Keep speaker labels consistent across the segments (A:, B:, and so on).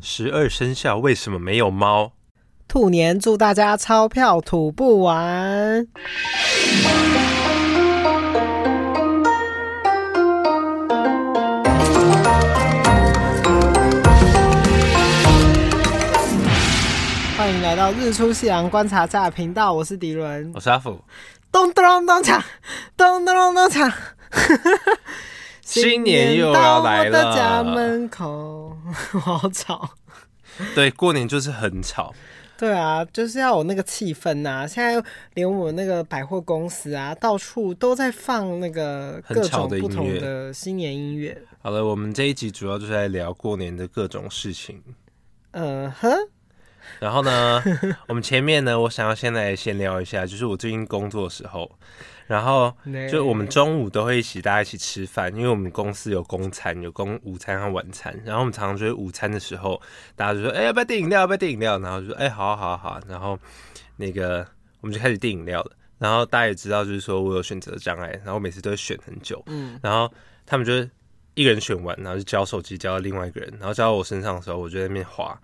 A: 十二生肖为什么没有猫？
B: 兔年祝大家钞票吐不完。欢迎来到日出夕阳观察站频道，我是迪伦。
A: 我是阿福。
B: 咚咚咚咚锵，咚咚咚咚锵。
A: 新年又要来了
B: 到我的家门口， 我好吵。
A: 对，过年就是很吵，
B: 对啊，就是要有那个气氛呐、现在连我们那个百货公司啊，到处都在放那个
A: 很
B: 各
A: 吵
B: 种
A: 的
B: 不
A: 音
B: 同
A: 乐
B: 的新年音乐。
A: 好了，我们这一集主要就是来聊过年的各种事情。
B: 嗯哼，
A: 然后呢， 我们前面呢，我想要先来闲聊一下，就是我最近工作的时候，然后就我们中午都会一起大家一起吃饭，因为我们公司有公餐，有公午餐和晚餐。然后我们常常就会午餐的时候，大家就说：“哎、要不要订饮料？要不要订饮料？”然后就说：“哎、好啊好啊好啊。”然后那个我们就开始订饮料了。然后大家也知道，就是说我有选择障碍，然后我每次都会选很久。嗯，然后他们就一个人选完，然后就交手机交到另外一个人，然后交到我身上的时候，我就在那边滑，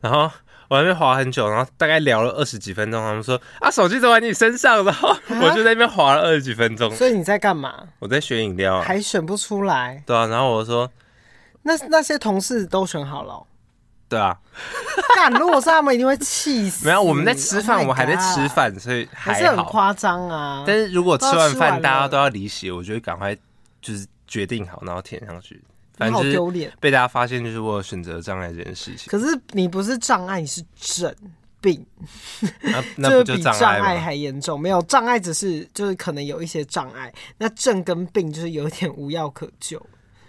A: 然后。我在那边滑很久，然后大概聊了二十几分钟。他们说啊，手机怎么在你身上？然后 我就在那边滑了二十几分钟。
B: 所以你在干嘛？
A: 我在选饮料啊，
B: 还选不出来？
A: 对啊，然后我说，
B: 那那些同事都选好了哦、
A: 对啊，
B: 干，如果是他们，一定会气死。
A: 没有，我们在吃饭
B: Oh my
A: 我还在吃
B: God，
A: 饭，所以
B: 还
A: 还
B: 是很
A: 好。
B: 夸张啊。
A: 但是如果吃
B: 都要
A: 完
B: 吃
A: 饭
B: 完
A: 大家
B: 了
A: 都要离席，我就会赶快就是决定好，然后填上去。反
B: 你好
A: 正
B: 丢
A: 就是
B: 脸。
A: 被大家发现，就是我有选择障碍这件事情，
B: 可是你不是障碍，你是症病，
A: 那那不
B: 这个
A: 就
B: 比
A: 障
B: 障
A: 碍
B: 碍
A: 吗？
B: 还严重。没有障碍，只是就是可能有一些障碍，那症跟病就是有一点无药可救。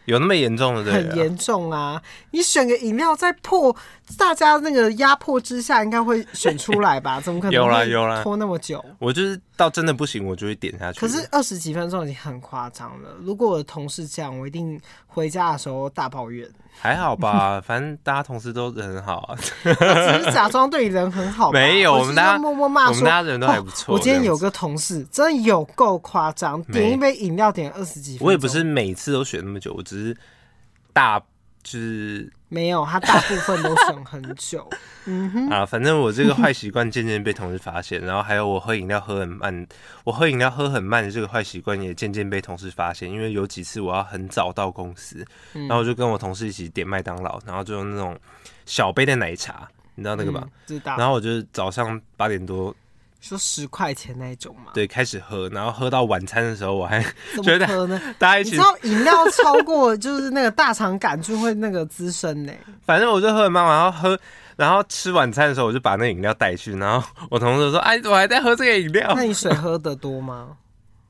A: 有那么严重的
B: 很
A: 对啊？
B: 严重啊！你选个饮料在破大家那个压迫之下，应该会选出来吧？怎么可能
A: 有啦
B: 会
A: 有啦
B: 拖那么久？
A: 我就是到真的不行，我就会点下去。
B: 可是二十几分钟已经很夸张了。如果我的同事这样，我一定回家的时候大抱怨。
A: 还好吧， 反正大家同事都人很好啊。
B: 他只是假装对人很好吧，
A: 没有我
B: 就
A: 们
B: 是
A: 大家
B: 默默骂
A: 我们
B: 说，
A: 大家人都还不错
B: 哦我今天
A: 这样
B: 有个同事真的有够夸张，点一杯饮料点二十几分钟，
A: 我也不是每次都选那么久，我只是大就是
B: 没有，他大部分都省很久。嗯
A: 啊，反正我这个坏习惯渐渐被同事发现，然后还有我喝饮料喝很慢，我喝饮料喝很慢的这个坏习惯也渐渐被同事发现，因为有几次我要很早到公司，
B: 嗯
A: 然后我就跟我同事一起点麦当劳，然后就用那种小杯的奶茶，你知道 那个吧？
B: 嗯知道。
A: 然后我就早上八点多
B: 说十块钱那一种嘛，
A: 对开始喝，然后喝到晚餐的时候，我 还
B: 怎
A: 觉
B: 么
A: 得
B: 喝呢？
A: 大 家一
B: 你
A: 起
B: 知，道饮料超过就是那个大肠杆菌会那个滋生呢、
A: 反正我就喝很慢，然后喝，然后吃晚餐的时候我就把那饮料带去，然后我同事说：“哎，我还在喝这个饮料。”
B: 那你水喝得多吗？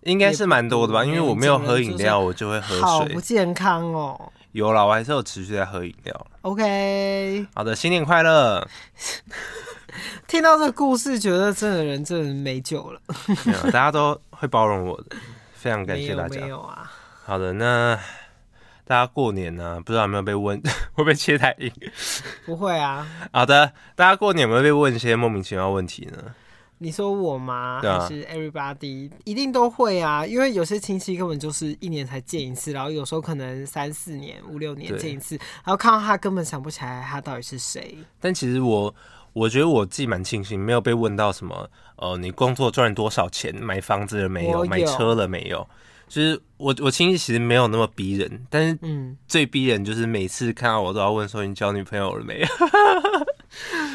A: 应该是蛮多的吧，
B: 也
A: 因
B: 不
A: 为我没有喝饮料，我就会
B: 好
A: 喝
B: 不
A: 水。
B: 健康哦。
A: 有啦，我还是有持续在喝饮料。
B: OK，
A: 好的，新年快 乐！
B: 听到这个故事，觉得这个人真的没救了。
A: 没有大家都会包容我的，非常感
B: 没
A: 谢
B: 有
A: 大
B: 没
A: 家。
B: 有啊，
A: 好的，那大家过年呢、不知道有没有被问 会不会切太硬？
B: 不会啊。
A: 好的，大家过年有没有被问一些莫名其妙的问题呢？
B: 你说我吗？
A: 对啊
B: 还是 everybody 一定都会啊？因为有些亲戚根本就是一年才见一次，然后有时候可能三四年、五六年
A: 对
B: 见一次，然后看到他根本想不起来他到底是谁。
A: 但其实我我觉得我自己蛮庆幸，没有被问到什么呃，你工作赚多少钱，买房子了没有，
B: 我有
A: 买车了没有。就是我我亲戚其实没有那么逼人，但是
B: 嗯，
A: 最逼人就是每次看到我都要问说你交女朋友了没有？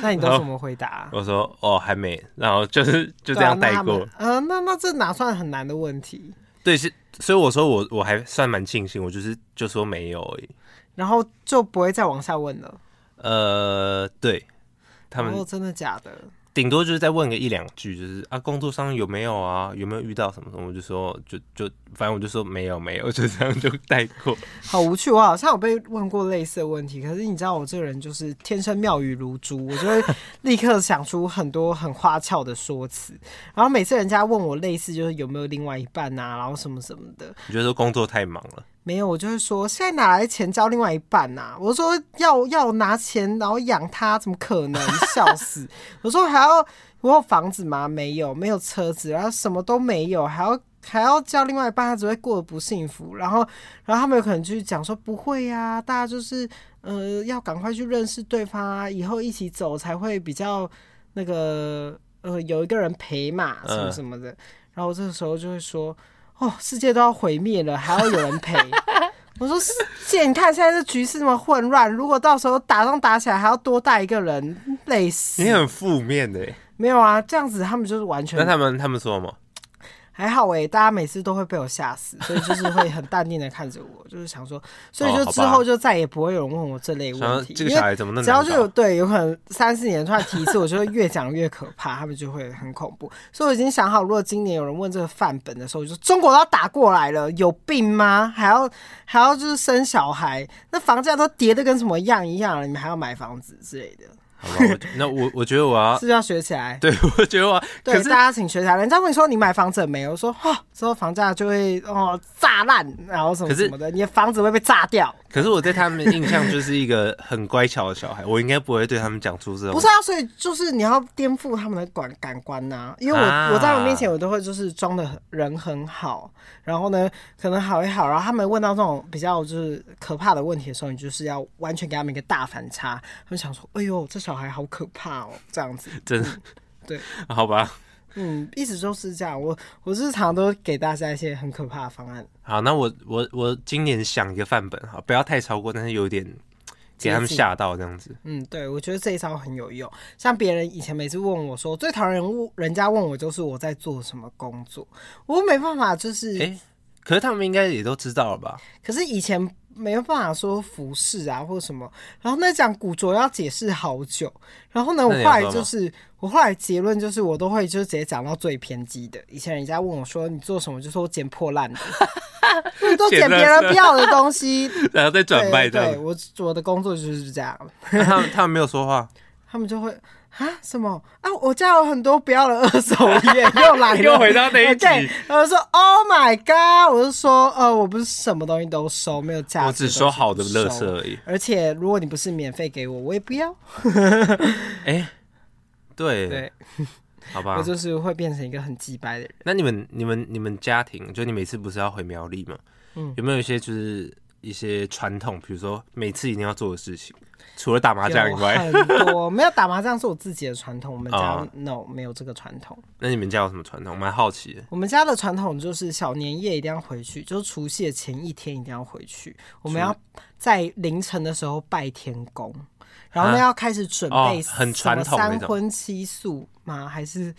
B: 那你都怎么回答、
A: 我说哦还没，然后就是就这
B: 对啊
A: 样
B: 那
A: 带
B: 他
A: 过。
B: 们呃，那那这哪算很难的问题？
A: 对，是所以我说我我还算蛮庆幸，我就是就说没有而已。
B: 然后就不会再往下问了。
A: 呃，对他们
B: 哦，真的假的？
A: 顶多就是再问个一两句，就是啊工作上有没有啊，有没有遇到什么什么，我就说就就反正我就说没有没有，就这样就带过。
B: 好无趣。我好像有被问过类似的问题，可是你知道我这个人就是天生妙语如珠，我就会立刻想出很多很花俏的说辞。然后每次人家问我类似就是有没有另外一半啊，然后什么什么的，
A: 你觉得说工作太忙了，
B: 没有，我就会说现在哪来钱交另外一半呐、我说要要拿钱，然后养他，怎么可能？,笑死！我说还要我有房子吗？没有，没有车子，然后什么都没有，还要还要交另外一半，他只会过得不幸福。然后然后他们有可能就是讲说不会呀、大家就是呃，要赶快去认识对方啊，以后一起走才会比较那个呃，有一个人陪嘛，什么
A: 嗯
B: 什么的。然后我这个时候就会说，哦，世界都要毁灭了，还要有人陪。 我说是姐，你看现在这局势那么混乱，如果到时候打仗打起来还要多带一个人，累死
A: 你。很负面欸的耶。
B: 没有啊，这样子他们就是完全
A: 那他们他们说什么？
B: 还好诶、大家每次都会被我吓死，所以就是会很淡定的看着我，就是想说，所以
A: 哦
B: 就之后就再也不会有人问我这类
A: 然后
B: 问题，
A: 这个
B: 因
A: 小
B: 为
A: 孩怎么那么
B: 只要
A: 难
B: 就有
A: 搞？
B: 对有可能三四年突然提一次，我就会越讲越可怕，他们就会很恐怖。所以我已经想好，如果今年有人问这个范本的时候，我就说中国都要打过来了，有病吗？还要还要就是生小孩，那房价都跌的跟什么样一样了，你们还要买房子之类的，
A: 好吧，我那我我觉得我要
B: 是不是要学起来？
A: 对，我觉得我要可
B: 对，
A: 是
B: 大家请学起来。人家问你说你买房子了没有？我说哦，之后房价就会哦炸烂，然后什么
A: 可是哦
B: 什么的，你的房子会被炸掉。
A: 可是我对他们印象就是一个很乖巧的小孩，我应该不会对他们讲出这
B: 不
A: 种
B: 是。啊，所以就是你要颠覆他们的感感官呐、因为我、
A: 啊
B: 我在我面前我都会就是装的人很好，然后呢可能好一好，然后他们问到这种比较就是可怕的问题的时候，你就是要完全给他们一个大反差，他们想说，哎呦这小孩好可怕哦，这样子，
A: 真的
B: 对，
A: 好吧，
B: 嗯，一直都是这样，我我日常都给大家一些很可怕的方案，
A: 好，那我我我今年想一个范本，哈，不要太超过，但是有点给他们吓到这样子。
B: 嗯，对，我觉得这一招很有用。像别人以前每次问我说，最讨厌人人家问我就是我在做什么工作，我没办法，就是，
A: 哎、可是他们应该也都知道了吧？
B: 可是以前没有办法说服饰啊或什么，然后那讲古着要解释好久，然后呢，我
A: 那你
B: 后
A: 有
B: 来
A: 说
B: 就
A: 吗
B: 是我后来结论就是我都会就是直接讲到最偏激的。以前人家问我说你做什么，就说我捡破 烂的，你都捡
A: 捡
B: 别
A: 垃
B: 人
A: 圾
B: 不要的东西，
A: 然后再 转卖
B: 对
A: 这样
B: 对，
A: 子。
B: 我我的工作就是这样。
A: 那 他们他们没有说 话，
B: 他们就会啊什么啊，我家有很多不要的二手 烟，又来了，
A: 又回到那一集
B: 对，然后说 Oh my God，我就说呃，我不是什么东西都收，没有价值，
A: 我只收好的
B: 乐
A: 垃圾而 已。
B: 而且如果你不是免费给我，我也不要。
A: 哎、对，
B: 对，
A: 好
B: 我
A: 吧。
B: 就是会变成一个很鸡掰的人。
A: 那你们你们你们家庭，就你每次不是要回苗栗吗？
B: 嗯
A: 有没有一些就是一些传统，比如说每次一定要做的事情，除了打麻将以外，
B: 有啊很多没有打麻将是我自己的传统，我们家
A: 哦
B: no 没有这个传统。
A: 那你们家有什么传统？蛮好奇的。
B: 我们家的传统就是小年夜一定要回去，就是除夕的前一天一定要回去。我们要在凌晨的时候拜天公，然后呢
A: 啊
B: 要开始准备
A: 哦
B: 什
A: 很
B: 么
A: 传统那
B: 三
A: 种
B: 荤七素吗？还是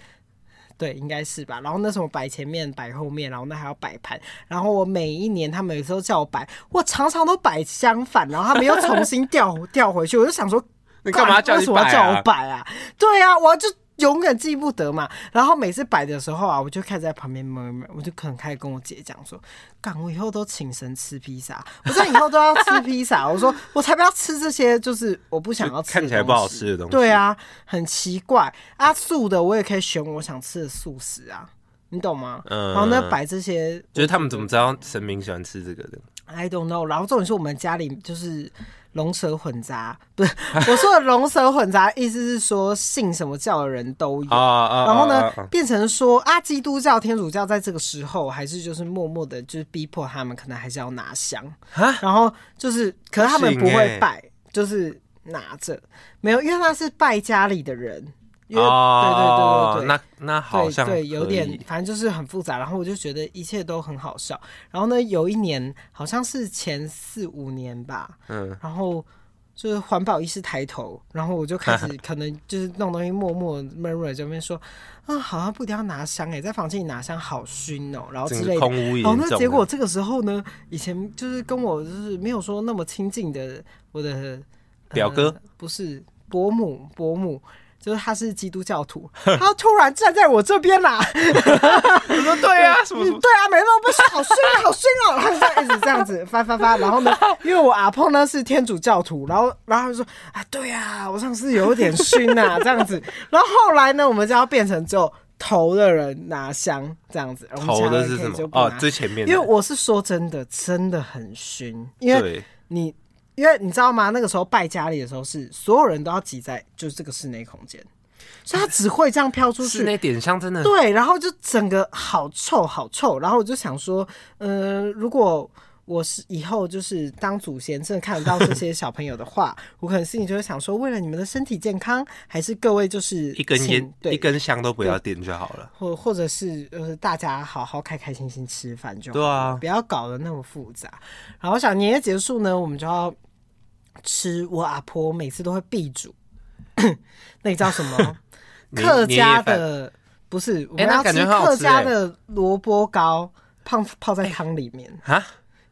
B: 对，应该是吧。然后那什么摆前面、摆后面，然后那还要摆盘。然后我每一年他们有时候叫我摆，我常常都摆相反，然后他们又重新 调调回去，我就想说
A: 那干嘛叫
B: 为
A: 你
B: 什么
A: 摆
B: 要叫我
A: 啊？
B: 摆啊？对啊，我就永远记不得嘛。然后每次摆的时候啊，我就开始在旁边 murmur，我就可能开始跟我姐讲说：“干，我以后都请神吃披萨，我说以后都要吃披 萨。”我说：“我才不要吃这些，就是我不想要吃，
A: 看起来不好。吃的”东西。
B: 对啊，很奇怪啊，素的我也可以选我想吃的素食啊，你懂吗？
A: 嗯
B: 然后呢，摆这些
A: 就是他们怎么知道神明喜欢吃这个的？
B: I don't know。然后重点是我们家里就是龙蛇混杂，不是我说的龙蛇混杂，意思是说信什么教的人都 有。
A: 啊啊！
B: 然后
A: 啊
B: 呢，
A: 啊啊
B: 变成说啊，基督教、天主教在这个时候还是就是默默的，就是逼迫他们，可能还是要拿香
A: 啊。
B: 然后就是，可是他们
A: 不
B: 不
A: 行
B: 会
A: 欸
B: 拜，就是拿着，没有，因为他是拜家里的人，因为、
A: 哦
B: 对对对对对，
A: 那那好像
B: 对对，
A: 可
B: 有
A: 以
B: 点，反正就是很复杂。然后我就觉得一切都很好笑。然后呢，有一年好像是前四五年吧，
A: 嗯，
B: 然后就是环保意识抬头，然后我 就开始可能就是弄东西，默默闷闷这边说啊，好像不一定要拿香哎、在房间里拿香好熏哦、然后之
A: 整
B: 类
A: 个
B: 的。
A: 空屋严
B: 然后
A: 重
B: 那
A: 的。
B: 结果这个时候呢，以前就是跟我就是没有说那么亲近的我的、呃
A: 表哥
B: 不是伯母，伯母就是他是基督教徒，他突然站在我这边啦，
A: 我说 对啊， 什么什
B: 嗯
A: 么，
B: 对啊，每次都不是好熏啊，好熏哦、然后就一直这样子翻翻翻，然后呢，因为我阿碰呢是天主教徒，然后然后他就说啊，对啊，我上次有点熏啊，这样子，然后后来呢，我们就要变成只有头的人拿香这样子，然后我
A: 头
B: 们
A: 的
B: 其
A: 是什
B: 他人可以就
A: 么？
B: 不
A: 哦
B: 拿，
A: 最前面的，
B: 因为我是说真的，真的很熏，因为
A: 对
B: 你。因为你知道吗？那个时候拜家里的时候是，所有人都要挤在就是这个室内空间，所以它只会这样飘出去
A: 室。内点香真的
B: 呃对，然后就整个好臭好臭，然后我就想说，嗯、如果我是以后就是当祖先，真的看得到这些小朋友 的话，我可能心里就会想说，为了你们的身体健康，还是各位就是
A: 一根烟
B: 请、对
A: 一根香都不要点就好了。
B: 或或者是呃，大家好好开开心心吃饭就好，
A: 对啊
B: 不要搞得那么复杂。然后小年夜结束呢，我们就要吃我阿婆每次都会必煮， 那个叫什么
A: 年
B: 客
A: 年
B: 家
A: 夜饭
B: 的，不是我
A: 哎
B: 们
A: 那
B: 要
A: 感觉
B: 吃
A: 很好
B: 客
A: 吃
B: 家
A: 哎
B: 的萝卜糕，泡泡在汤里面，
A: 啊，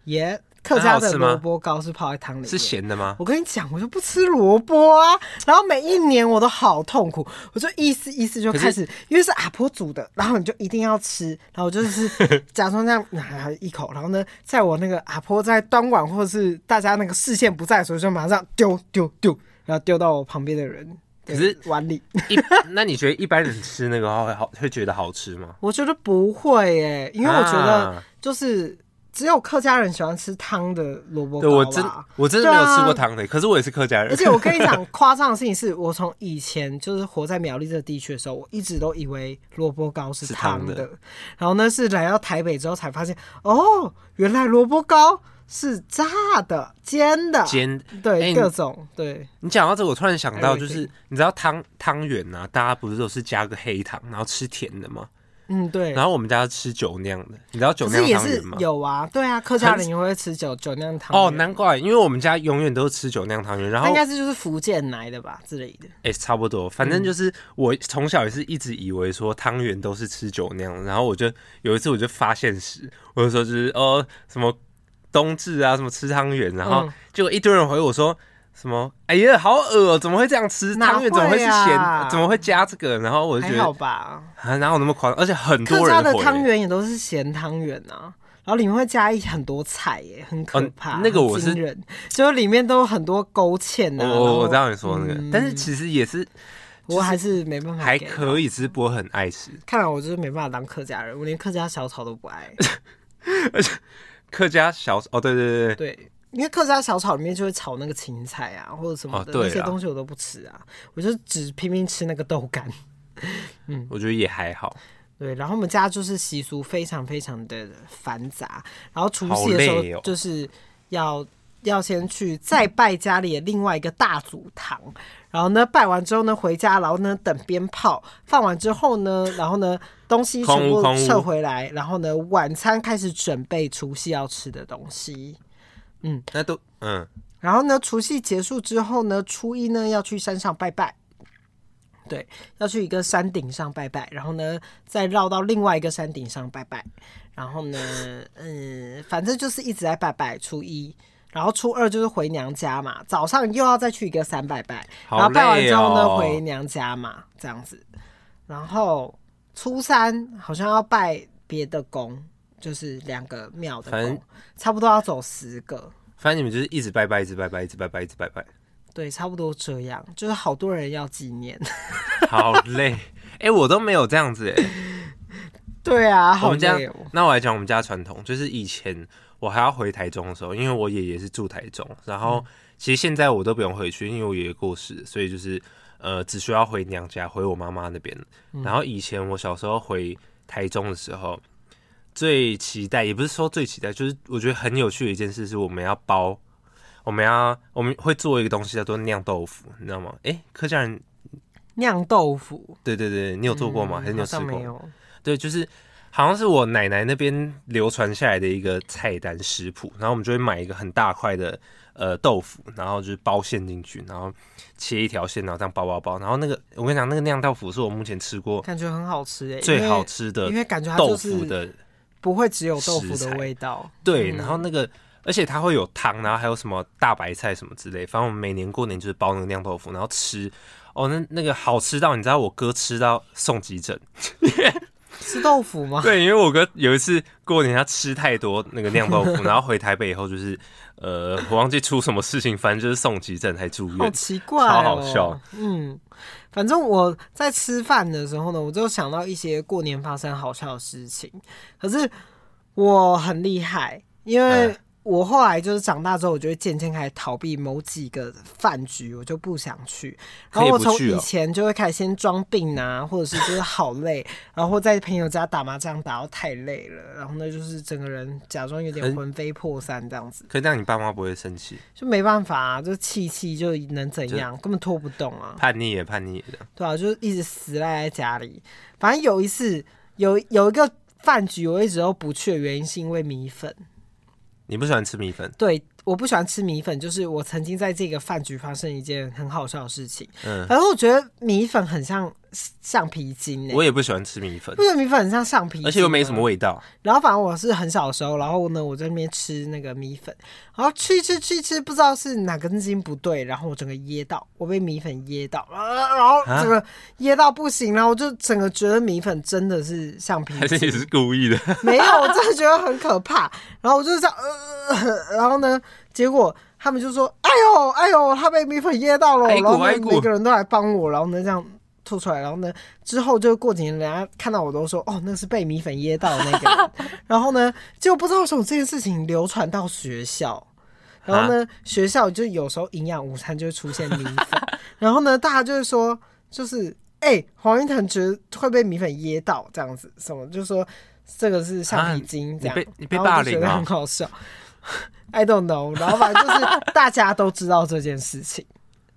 B: 耶、客
A: 那
B: 家
A: 好
B: 的
A: 吃吗
B: 萝卜糕是泡在汤里面，
A: 是咸的 吗？
B: 我跟你讲，我就不吃萝卜啊。然后每一年我都好痛苦，我就意思意思就开始，因为是阿婆煮的，然后你就一定要吃。然后我就是 假装这样拿一口，然后呢，在我那个阿婆在端碗或是大家那个视线不在的时候，就马上丢丢丢，然后丢到我旁边的人的
A: 可是
B: 碗里。
A: 一那你觉得一般人吃那个话会好会觉得好吃吗？
B: 我觉得不会耶、因为我觉得
A: 啊
B: 就是只有客家人喜欢吃汤的萝卜
A: 对
B: 糕
A: 我
B: 吧
A: 真我真的
B: 对
A: 没
B: 啊
A: 有吃过糖的，可是我也是客家人
B: 而。且我跟你讲，夸张的事情是我从以前就是活在苗栗这个地区的时候，我一直都以为萝卜糕是
A: 是
B: 汤
A: 汤
B: 的，
A: 的
B: 然后呢是来到台北之后才发现，哦，原来萝卜糕是炸的、煎的，
A: 煎，
B: 对、
A: 哎
B: 各种对，
A: 你讲到这个，我突然想到，就
B: Everything
A: 是你知道汤汤圆呐，大家不是都是加个黑糖，然后吃甜的吗？
B: 嗯对
A: 然。后我们家是吃酒酿的，你知道酒
B: 可
A: 酿
B: 是也
A: 汤
B: 是
A: 圆吗？
B: 有啊，对啊，客家人也会吃酒酒酿汤
A: 哦，
B: 圆
A: 难怪，因为我们家永远都是吃酒酿汤圆，然后
B: 那应该是就是福建来的吧之类的。
A: 哎、差不多，反
B: 嗯
A: 正就是我从小也是一直以为说汤圆都是吃酒酿的，然后我就有一次我就发现时，我就说就是哦什么冬至啊，什么吃汤圆，然后
B: 嗯
A: 结果一堆人回我说什么哎呀好恶、哦，怎么会这样吃
B: 哪
A: 汤圆？怎么会是
B: 会啊
A: 咸？怎么会加这个？然后我就觉
B: 还
A: 得
B: 好吧，
A: 啊哪有那么夸张？而且很
B: 客
A: 多
B: 家
A: 人
B: 的
A: 回
B: 汤圆也都是咸汤圆啊，然后里面会加一很多菜耶，很可怕。
A: 哦那个我
B: 很
A: 是
B: 惊人，就是里面都有很多勾芡啊。
A: 我
B: 然后
A: 哦我我知道你说的那个，
B: 嗯
A: 但是其实也是
B: 我还是没办法，
A: 还。可以，只是不会很爱吃。
B: 看来我就是没办法当客家人，我连客家小炒都 不爱。
A: 客家小哦对对对对，
B: 对，因为客家小炒里面就会炒那个芹菜啊，或者什么
A: 哦
B: 的、
A: 对
B: 那些
A: 啦
B: 东西我都不吃啊，我就只拼命吃那个豆干。嗯
A: 我觉得也还好。
B: 对，然后我们家就是习俗非常非常的繁杂，然后除
A: 好
B: 夕的时
A: 累
B: 候
A: 哦
B: 就是要、要先去再拜家里的另外一个大祖堂，然后呢拜完之后呢回家，然后呢等鞭炮放完之后呢，然后呢东西全
A: 空屋
B: 部
A: 空屋
B: 撤回来，然后呢晚餐开始准备除夕要吃的东西。
A: 那都嗯，
B: 然后呢，除夕结束之后呢，初一呢要去山上拜拜，对，要去一个山顶上拜拜，然后呢再绕到另外一个山顶上拜拜，然后呢， 嗯，反正就是一直在拜拜。初一，然后初二就是回娘家嘛，早上又要再去一个山拜拜，
A: 好
B: 然后拜完之后
A: 累
B: 呢
A: 哦
B: 回娘家嘛，这样子。然后初三好像要拜别的宫，就是两个庙的
A: 反正
B: 宫，差不多要走十个。
A: 反正你们就是一直拜拜，一直拜拜，一直拜拜，一直拜拜，
B: 对，差不多这样，就是好多人要纪念。
A: 好累。哎、我都没有这样子哎、
B: 对啊，
A: 我
B: 好
A: 们家
B: 累哦。
A: 那我来讲我们家传统，就是以前我还要回台中的时候，因为我爷爷是住台中，然后
B: 嗯
A: 其实现在我都不用回去，因为我爷爷过世，所以就是呃只需要回娘家，回我妈妈那边。
B: 嗯
A: 然后以前我小时候回台中的时候，最期待也不是说最期待，就是我觉得很有趣的一件事是我们要包。我们要我们会做一个东西叫做酿豆腐，你知道吗？哎、客家人
B: 酿豆腐
A: 对对对，你有做过吗？
B: 嗯
A: 还是你有
B: 好
A: 吃
B: 像
A: 过
B: 没？有。
A: 对，就是好像是我奶奶那边流传下来的一个菜单食谱，然后我们就会买一个很大块的呃豆腐，然后就是包馅进去，然后切一条线，然后这样包包包。然后那个我跟你讲，那个酿豆腐是我目前吃过
B: 感觉很好吃诶，因
A: 最
B: 为
A: 好吃的
B: 因为感觉它就
A: 豆
B: 是
A: 腐的，
B: 不会只有豆腐
A: 食
B: 的
A: 材
B: 味道。
A: 对，然
B: 嗯
A: 后那个。而且它会有汤，然后还有什么大白菜什么之类。反正我们每年过年就是包那个酿豆腐，然后吃。哦，那那个好吃到你知道我哥吃到送急诊，
B: 吃豆腐 吗？
A: 对，因为我哥有一次过年他吃太多那个酿豆 腐，然后回台北以后就是，呃，我忘记出什么事情，反正就是送急诊还住
B: 好
A: 院。
B: 奇怪、哦，
A: 超好笑。
B: 嗯，反正我在吃饭的时候呢，我就想到一些过年发生好笑的事情。可是我很厉害，因为
A: 嗯
B: 我后来就是长大之后，我就会渐渐开始逃避某几个饭局，我就不想去。然后我从
A: 哦
B: 以前就会开始先装病啊，或者是就是好累，然后在朋友家打麻将打到太累了，然后呢就是整个人假装有点魂飞魄散这样子。
A: 可这样你爸妈不会生气？
B: 就没办法啊，就气气就能怎样，根本拖不动 啊。
A: 叛逆也叛逆的。
B: 对啊，就是一直死赖在家里。反正有一次有有一个饭局，我一直都不去的原因是因为米粉。
A: 你不喜欢吃米粉？
B: 对，我不喜欢吃米粉，就是我曾经在这个饭局发生一件很好笑的事情。嗯，反正我觉得米粉很像橡皮筋、欸。
A: 我也不喜欢吃米粉，
B: 不觉得米粉很像橡皮筋，啊
A: 而且又没什么味道。
B: 然后反正我是很小的时候，然后呢，我在那边吃那个米粉，然后吃吃吃吃，不知道是哪根筋不对，然后我整个噎到，我被米粉噎到，然后
A: 啊
B: 整个噎到不行，然后我就整个觉得米粉真的是橡皮筋，
A: 还是你是故意的？
B: 没有，我真的觉得很可怕。然后我就这样，呃。 然后呢？结果他们就说：“哎呦，哎呦，他被米粉噎到了。”然后每个人都来帮我，然后呢这样吐出来。然后呢之后就过几年，人家看到我都说：“哦，那是被米粉噎到那个。”然后呢，结果不知道为什么这件事情流传到学校。然后呢，啊、学校就有时候营养午餐就会出现米粉。然后呢，大家就会说：“就是哎、欸，黄云腾觉得会被米粉噎到这样子，什么就说这个是橡皮筋这样。
A: 啊”你被霸凌
B: 了，很好笑。I don't know，然后反正就是大家都知道这件事情，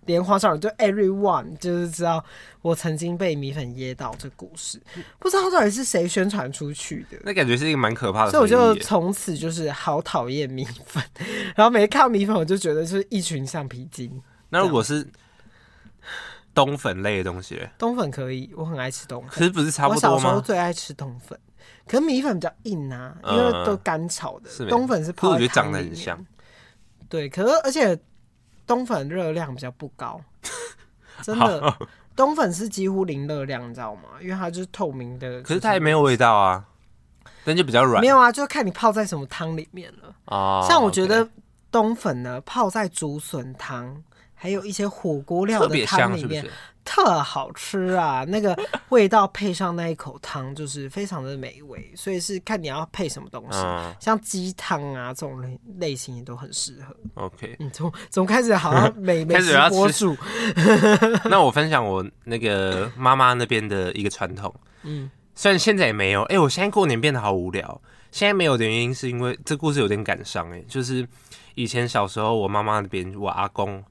B: 连黄少宇就 everyone 就是知道我曾经被米粉噎到这故事，不知道到底是谁宣传出去的，
A: 那感觉是一个蛮可怕的，
B: 所以我就从此就是好讨厌米粉， 然后每看到米粉我就觉得就是一群橡皮筋。
A: 那如果是冬粉类的东西，
B: 冬粉可以，我很爱吃冬粉，
A: 可是不是差不多
B: 吗？我小时候最爱吃冬粉。可是米粉比较硬啊，
A: 嗯
B: 因为都干炒的。嗯、冬粉是泡
A: 我觉得长得很像。
B: 对，可是而且冬粉热量比较不 高，真的。冬粉是几乎零热量，你知道吗？因为它就是透明的。
A: 可是它也没有味道啊，但就比较软。
B: 没有啊，就看你泡在什么汤里面了。哦。像我觉得冬粉呢，泡在竹笋汤，还有一些火锅料的汤里面。
A: 是
B: 特好吃 啊！那个味道配上那一口汤，就是非常的美味。所以是看你要配什么东西，嗯、像鸡汤啊这种类类型也都很适合。
A: OK，
B: 嗯，从从开始好像美美食博主。
A: 那我分享我那个妈妈那边的一个传统，嗯，虽然现在也没有，哎、欸，我现在过年变得好无聊。现在没有的原因是因为这故事有点感伤，哎，就是以前小时候我妈妈那边，我阿公。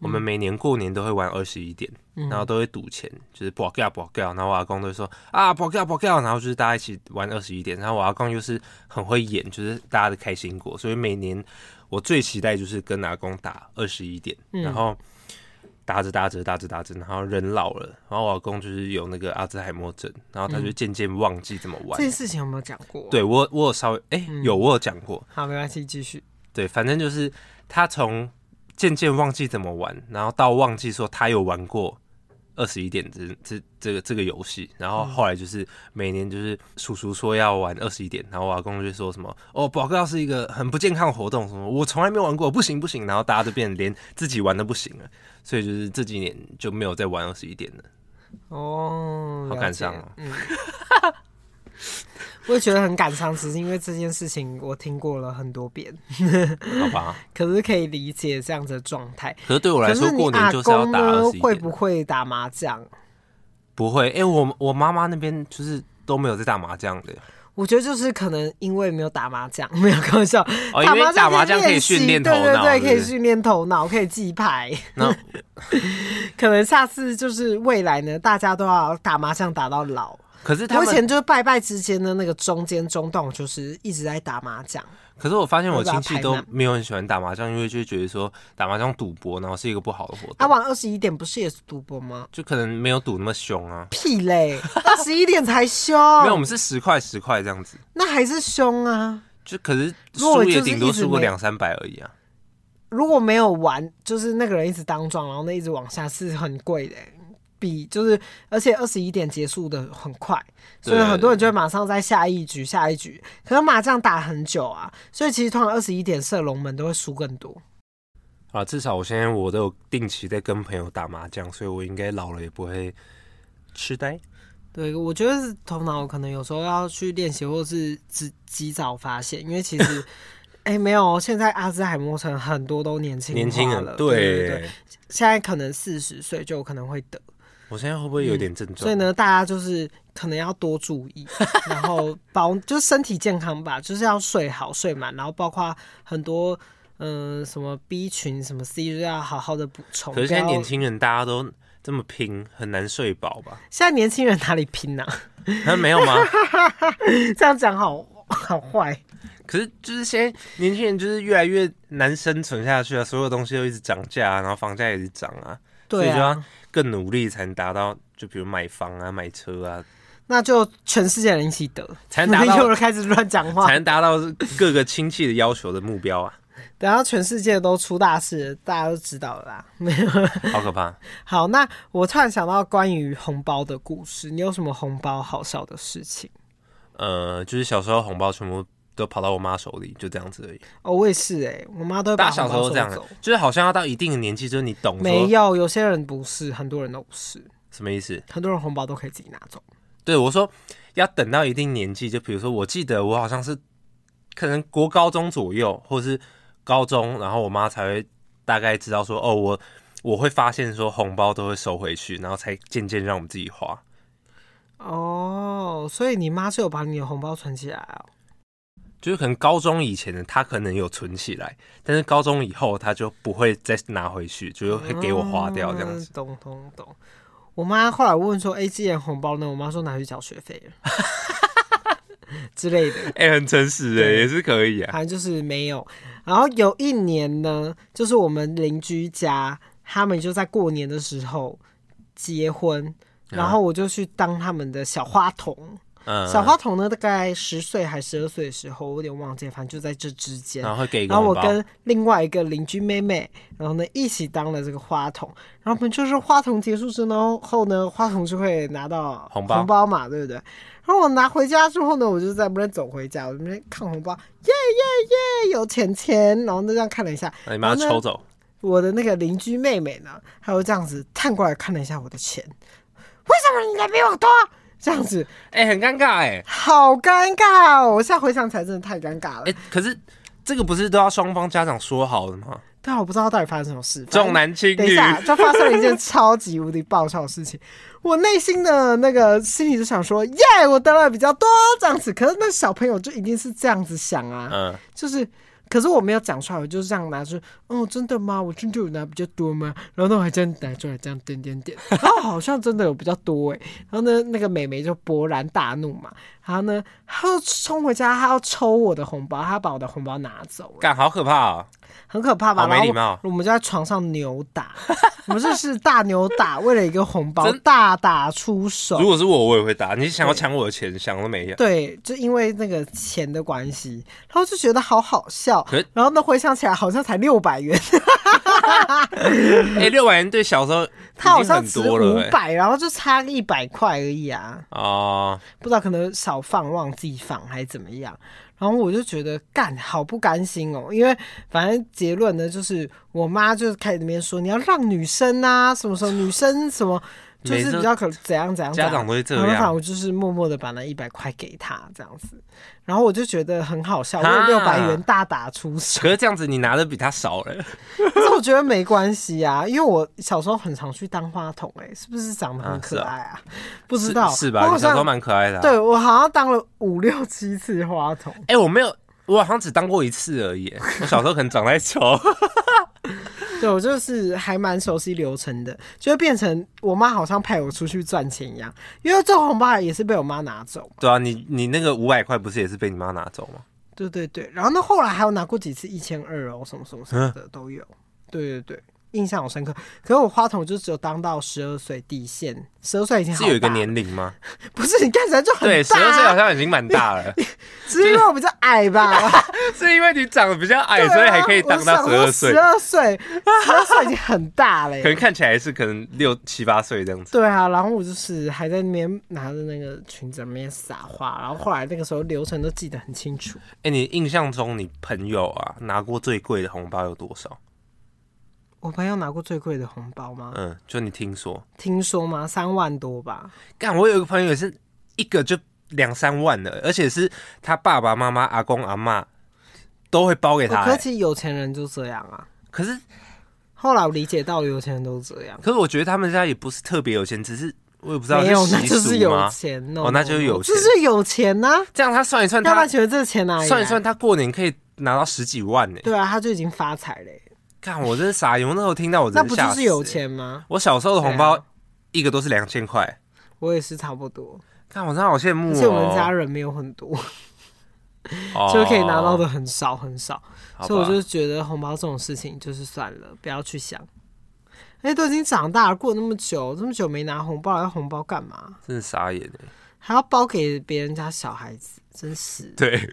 A: 我们每年过年都会玩二十一点，然后都会赌钱，就是博掉博掉，然后我阿公都说啊博掉博掉，然后就是大家一起玩二十一点，然后我阿公又是很会演，就是大家的开心果，所以每年我最期待就是跟阿公打二十一点，然后打着打着打着打着，然后人老了，然后我阿公就是有那个阿兹海默症，然后他就渐渐忘记怎么玩。
B: 这件事情有没有讲过？嗯
A: 对我我有稍微哎、欸、有我有讲过，
B: 好没关系继续。
A: 对，反正就是他从。渐渐忘记怎么玩，然后到忘记说他有玩过二十一点这这这个这个游戏，然
B: 嗯
A: 后后来就是每年就是叔叔说要玩二十一点，然后我阿公就说什么哦，宝哥是一个很不健康的活动，什么我从来没有玩过，不行不行，然后大家就变连自己玩都不行了，所以就是这几年就没有再玩二十一点了。
B: 哦，
A: 好感伤哦。
B: 嗯 我也觉得很感伤，只是因为这件事情我听过了很多遍，
A: 好吧？
B: 可是可以理解这样子的状态。
A: 可是对我来说，过年就是要打二十一
B: 会不会打麻将？
A: 不会，哎、欸，我我妈妈那边就是都没有在打麻将的。
B: 我觉得就是可能因为没有打麻将， 没有开玩笑，
A: 哦、因为打麻将可以训练头
B: 脑，对对对，可以
A: 训
B: 练头脑，可以记牌。 可能下次就是未来呢，大家都要打麻将打到老。
A: 可是他
B: 以前就是拜拜之间的那个中间中段，就是一直在打麻将。
A: 可是我发现我亲戚都没有很喜欢打麻将，因为就觉得说打麻将赌博，然后是一个不好的活动。
B: 他玩啊二十一点不是也是赌博吗？
A: 就可能没有赌那么凶啊。
B: 屁 嘞，二十一点才凶。
A: 没有，我们是十块十块这样子。
B: 那还是凶啊。
A: 就可是输也顶多输个两三百而已啊。
B: 如果没有玩，就是那个人一直当庄，然后那一直往下是很贵的、欸。比就是，而且二十一点结束的很快，所以很多人就会马上在下一局下一局。可是麻将打很久啊，所以其实通常二十一点射龙门都会输更多。
A: 啊，至少我现在我都有定期在跟朋友打麻将，所以我应该老了也不会痴呆。
B: 对，我觉得 头脑可能有时候要去练习，或是及及早发现，因为其实哎、没有，现在阿兹海默症很多都年轻
A: 年轻
B: 化
A: 人
B: 了，
A: 对
B: 对对，现在可能四十岁就有可能会得，
A: 我现在会不会有点症
B: 嗯所以
A: 状？
B: 呢，大家就是可能要多注意， 然后保就身体健康吧，就是要睡好睡满，然后包括很多嗯、呃什么 B 群什么 C 就是要好好的补充。
A: 可是现在
B: 不要
A: 年，轻人大家都这么拼，很难睡饱吧？
B: 现在年轻人哪里拼呢、
A: 那没有吗？
B: 这样讲好好坏，
A: 可是就是现在年轻人就是越来越难生存下去啊，所有东西都一直涨价、啊，然后房价也一直涨啊，所
B: 对
A: 以就
B: 啊
A: 要，更努力才能达到，就比如买房啊、买车啊，
B: 那就全世界人一起得，
A: 才能达到
B: 有人开始乱讲话
A: 才，能达到各个亲戚的要求的目标啊，
B: 等到全世界都出大事了，大家都知道了啦。 没有，
A: 好可怕！
B: 好，那我突然想到关于红包的故事，你有什么红包好笑的事情？
A: 呃，就是小时候红包全部都跑到我妈手里，就这样子而已。
B: 哦，我也是哎、我妈都会
A: 大
B: 把
A: 家小
B: 红
A: 时候都
B: 包收
A: 这样啊
B: 走。，
A: 就是好像要到一定的年纪，就是你懂
B: 没
A: 说
B: 有，有些人不是，很多人都不是，
A: 什么意思？
B: 很多人红包都可以自己拿走。
A: 对我说，要等到一定年纪，就比如说，我记得我好像是可能国高中左右，或是高中，然后我妈才会大概知道说，哦，我我会发现说红包都会收回去，然后才渐渐让我们自己花。
B: 哦，所以你妈是有把你的红包存起来哦。
A: 就是可能高中以前的她可能有存起来，但是高中以后她就不会再拿回去，就是会给我花掉这样子
B: 嗯。懂懂懂。我妈后来问说：“哎、既然红包呢？”我妈说：“拿去缴学费了 之类的。”
A: 哎、很诚实哎、
B: 哦对
A: 也是可以啊。
B: 反正就是没有。然后有一年呢，就是我们邻居家，他们就在过年的时候结婚，然
A: 啊
B: 后我就去当他们的小花童。
A: 嗯，
B: 小花童呢，大概十岁还十二岁的时候，我有点忘记，反正就在这之间
A: 然。后会哦给一个
B: 然后
A: 红
B: 我
A: 包。
B: 跟另外一个邻居妹妹，然后呢一起当了这个花童，然后我们就是花童结束之后呢，花童就会拿到
A: 红包
B: 红包嘛，对不对？然后我拿回家之后呢，我就在那边走回家，我在那边看红包，耶耶耶，有钱钱，然后就这样看了一下，
A: 哎那你把它
B: 然后
A: 抽
B: 呢
A: 走，
B: 我的那个邻居妹妹呢，她就这样子探过来看了一下我的钱，为什么你的比我多？这样子
A: 哎、很尴尬哎、
B: 好尴尬哦！我现在回想起来真的太尴尬了。
A: 哎、可是这个不是都要双方家长说好的吗？
B: 但啊我不知道到底发生什么事。
A: 重男轻
B: 等一
A: 女，
B: 下，就发生了一件超级无敌爆笑的事情。我内心的那个心里就想说，耶，我得了比较多这样子。可是那小朋友就一定是这样子想啊，
A: 嗯，
B: 就是，可是我没有讲出来，我就这样拿出，哦，真的吗？我真的有拿比较多吗？然后呢，我还真拿出来这样点点点， 哦，好像真的有比较多哎。然后呢，那个美眉就勃然大怒嘛，然后呢，她就冲回家，她要抽我的红包，她把我的红包拿走了。
A: 干好可怕哦！
B: 很可怕吧？
A: 好没
B: 然后
A: 礼貌
B: 我们就在床上扭打， 我们这是大扭打，为了一个红包
A: 真
B: 大打出手
A: 如。果是我，我也会打。你想要抢我的钱，想都没有。
B: 对，就因为那个钱的关系，然后就觉得好好笑
A: 可是。
B: 然后呢，回想起来好像才六百元，
A: 哎、六百元对小时候已
B: 他好
A: 经
B: 像
A: 很
B: 值
A: 多了、
B: 五
A: 欸，
B: 百，然后就差一百块而已啊。
A: 哦，
B: 不知道可能少放忘记放还是怎么样。然后我就觉得干好不甘心哦，因为反正结论呢就是我妈就是开始那边说你要让女生啊什 么什么女生什么，就
A: 每
B: 是
A: 次
B: 比较可怎样怎样怎
A: 家
B: 样。
A: 长都会这
B: 然后反正
A: 样。
B: 我就是默默的把那一百块给她这样子，然后我就觉得很好笑，我
A: 啊
B: 有六百元大打出手，
A: 可是这样子，你拿的比他少了，
B: 可是我觉得没关系啊，因为我小时候很常去当花童、欸，是不是长得很
A: 啊是
B: 可
A: 啊
B: 爱啊？不知
A: 是
B: 道
A: 是
B: 我
A: 吧？你
B: 好
A: 小时候
B: 像
A: 蛮可爱的、啊。，
B: 对我好像当了五六七次花童。
A: 哎、我没有，我好像只当过一次而已欸。我小时候可能长太丑，
B: 对我就是还蛮熟悉流程的，就会变成我妈好像派我出去赚钱一样，因为这红包也是被我妈拿走。
A: 对啊，你你那个五百块不是也是被你妈拿走吗？
B: 对对对，然后那后来还有拿过几次一千二哦，什么什么什么
A: 嗯
B: 的都有。对对对，印象好深刻。可是我花筒就只有当到十二岁底线，十二岁已经好
A: 是有一个
B: 大了，
A: 年龄吗？
B: 不是你看起来就很
A: 对，十
B: 大
A: 二岁好
B: 啊，
A: 像已经蛮大了，
B: 只是因为我比较矮吧，
A: 是因为你长得比较
B: 啊
A: 矮，哎所以还可以当到十二岁
B: 十。二岁，十二岁已经很大了 耶。
A: 可能看起来是可能六七八岁这样子。
B: 对啊，然后我就是还在那边拿着那个裙子在那边撒花，然后后来那个时候流程都记得很清楚，
A: 哎、你印象中你朋友啊拿过最贵的红包有多少？
B: 我朋友拿过最贵的红包吗？
A: 嗯，就你听说？
B: 听说吗？三万多吧。
A: 干，我有一个朋友也是一个就两三万的，而且是他爸爸妈妈、阿公阿妈都会包给他、
B: 可
A: 欸
B: 是其实有钱人就这样啊。
A: 可是，
B: 后来我理解到有钱人都这样，
A: 可是我觉得他们家也不是特别有钱，只是我也不知道
B: 没有，那
A: 习
B: 就
A: 俗
B: 是有
A: 吗？
B: 钱
A: 哦那就是有钱
B: 这是有钱呐、
A: 这样他算一算
B: 要不
A: 他，
B: 然觉得这钱哪里来？
A: 算一算，他过年可以拿到十几万呢、
B: 对啊，他就已经发财嘞、
A: 看我真是傻眼，我那时候听到我真
B: 那
A: 的
B: 不
A: 吓
B: 就是
A: 死
B: 有
A: 欸？
B: 钱吗？
A: 我小时候的红
B: 对
A: 包一个都是两千块，
B: 我也是差不多，
A: 看我真的好羡慕
B: 而
A: 哦、
B: 且我们家人没有很多，
A: 哦
B: 就可以拿到的，很少很少，
A: 好吧
B: 所以我就觉得红包这种事情就是算了，不要去想。哎，都已经长大了，过那么久，这么久没拿红包，要红包干嘛？
A: 真的傻眼哎、
B: 还要包给别人家小孩子，真是。
A: 对，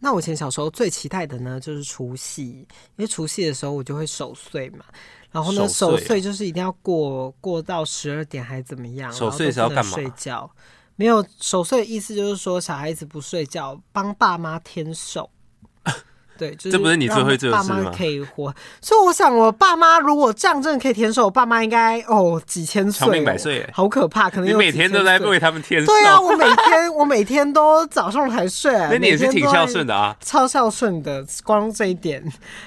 B: 那我以前小时候最期待的呢，就是除夕，因为除夕的时候我就会守岁嘛。然后呢，
A: 守
B: 守
A: 岁啊
B: 岁就是一定要过过到十二点还怎么样？
A: 守岁
B: 然后都不能
A: 是要干嘛
B: 睡觉没有守岁的意思就是说小孩子不睡觉，帮爸妈 添寿。对，就是
A: 这不是你最会做的
B: 让
A: 事吗
B: 爸妈可以活，所以我想，我爸妈如果这样真的可以添寿，我爸妈应该哦几千岁、
A: 长
B: 哦，
A: 命百岁欸
B: 好可怕！可能
A: 你
B: 有
A: 每
B: 几
A: 天
B: 千
A: 都在
B: 岁
A: 为他们添寿，
B: 对啊，我每天我每天都早上才睡，
A: 那你也是挺孝顺
B: 的，
A: 的啊。
B: 超孝顺的，光这 一点。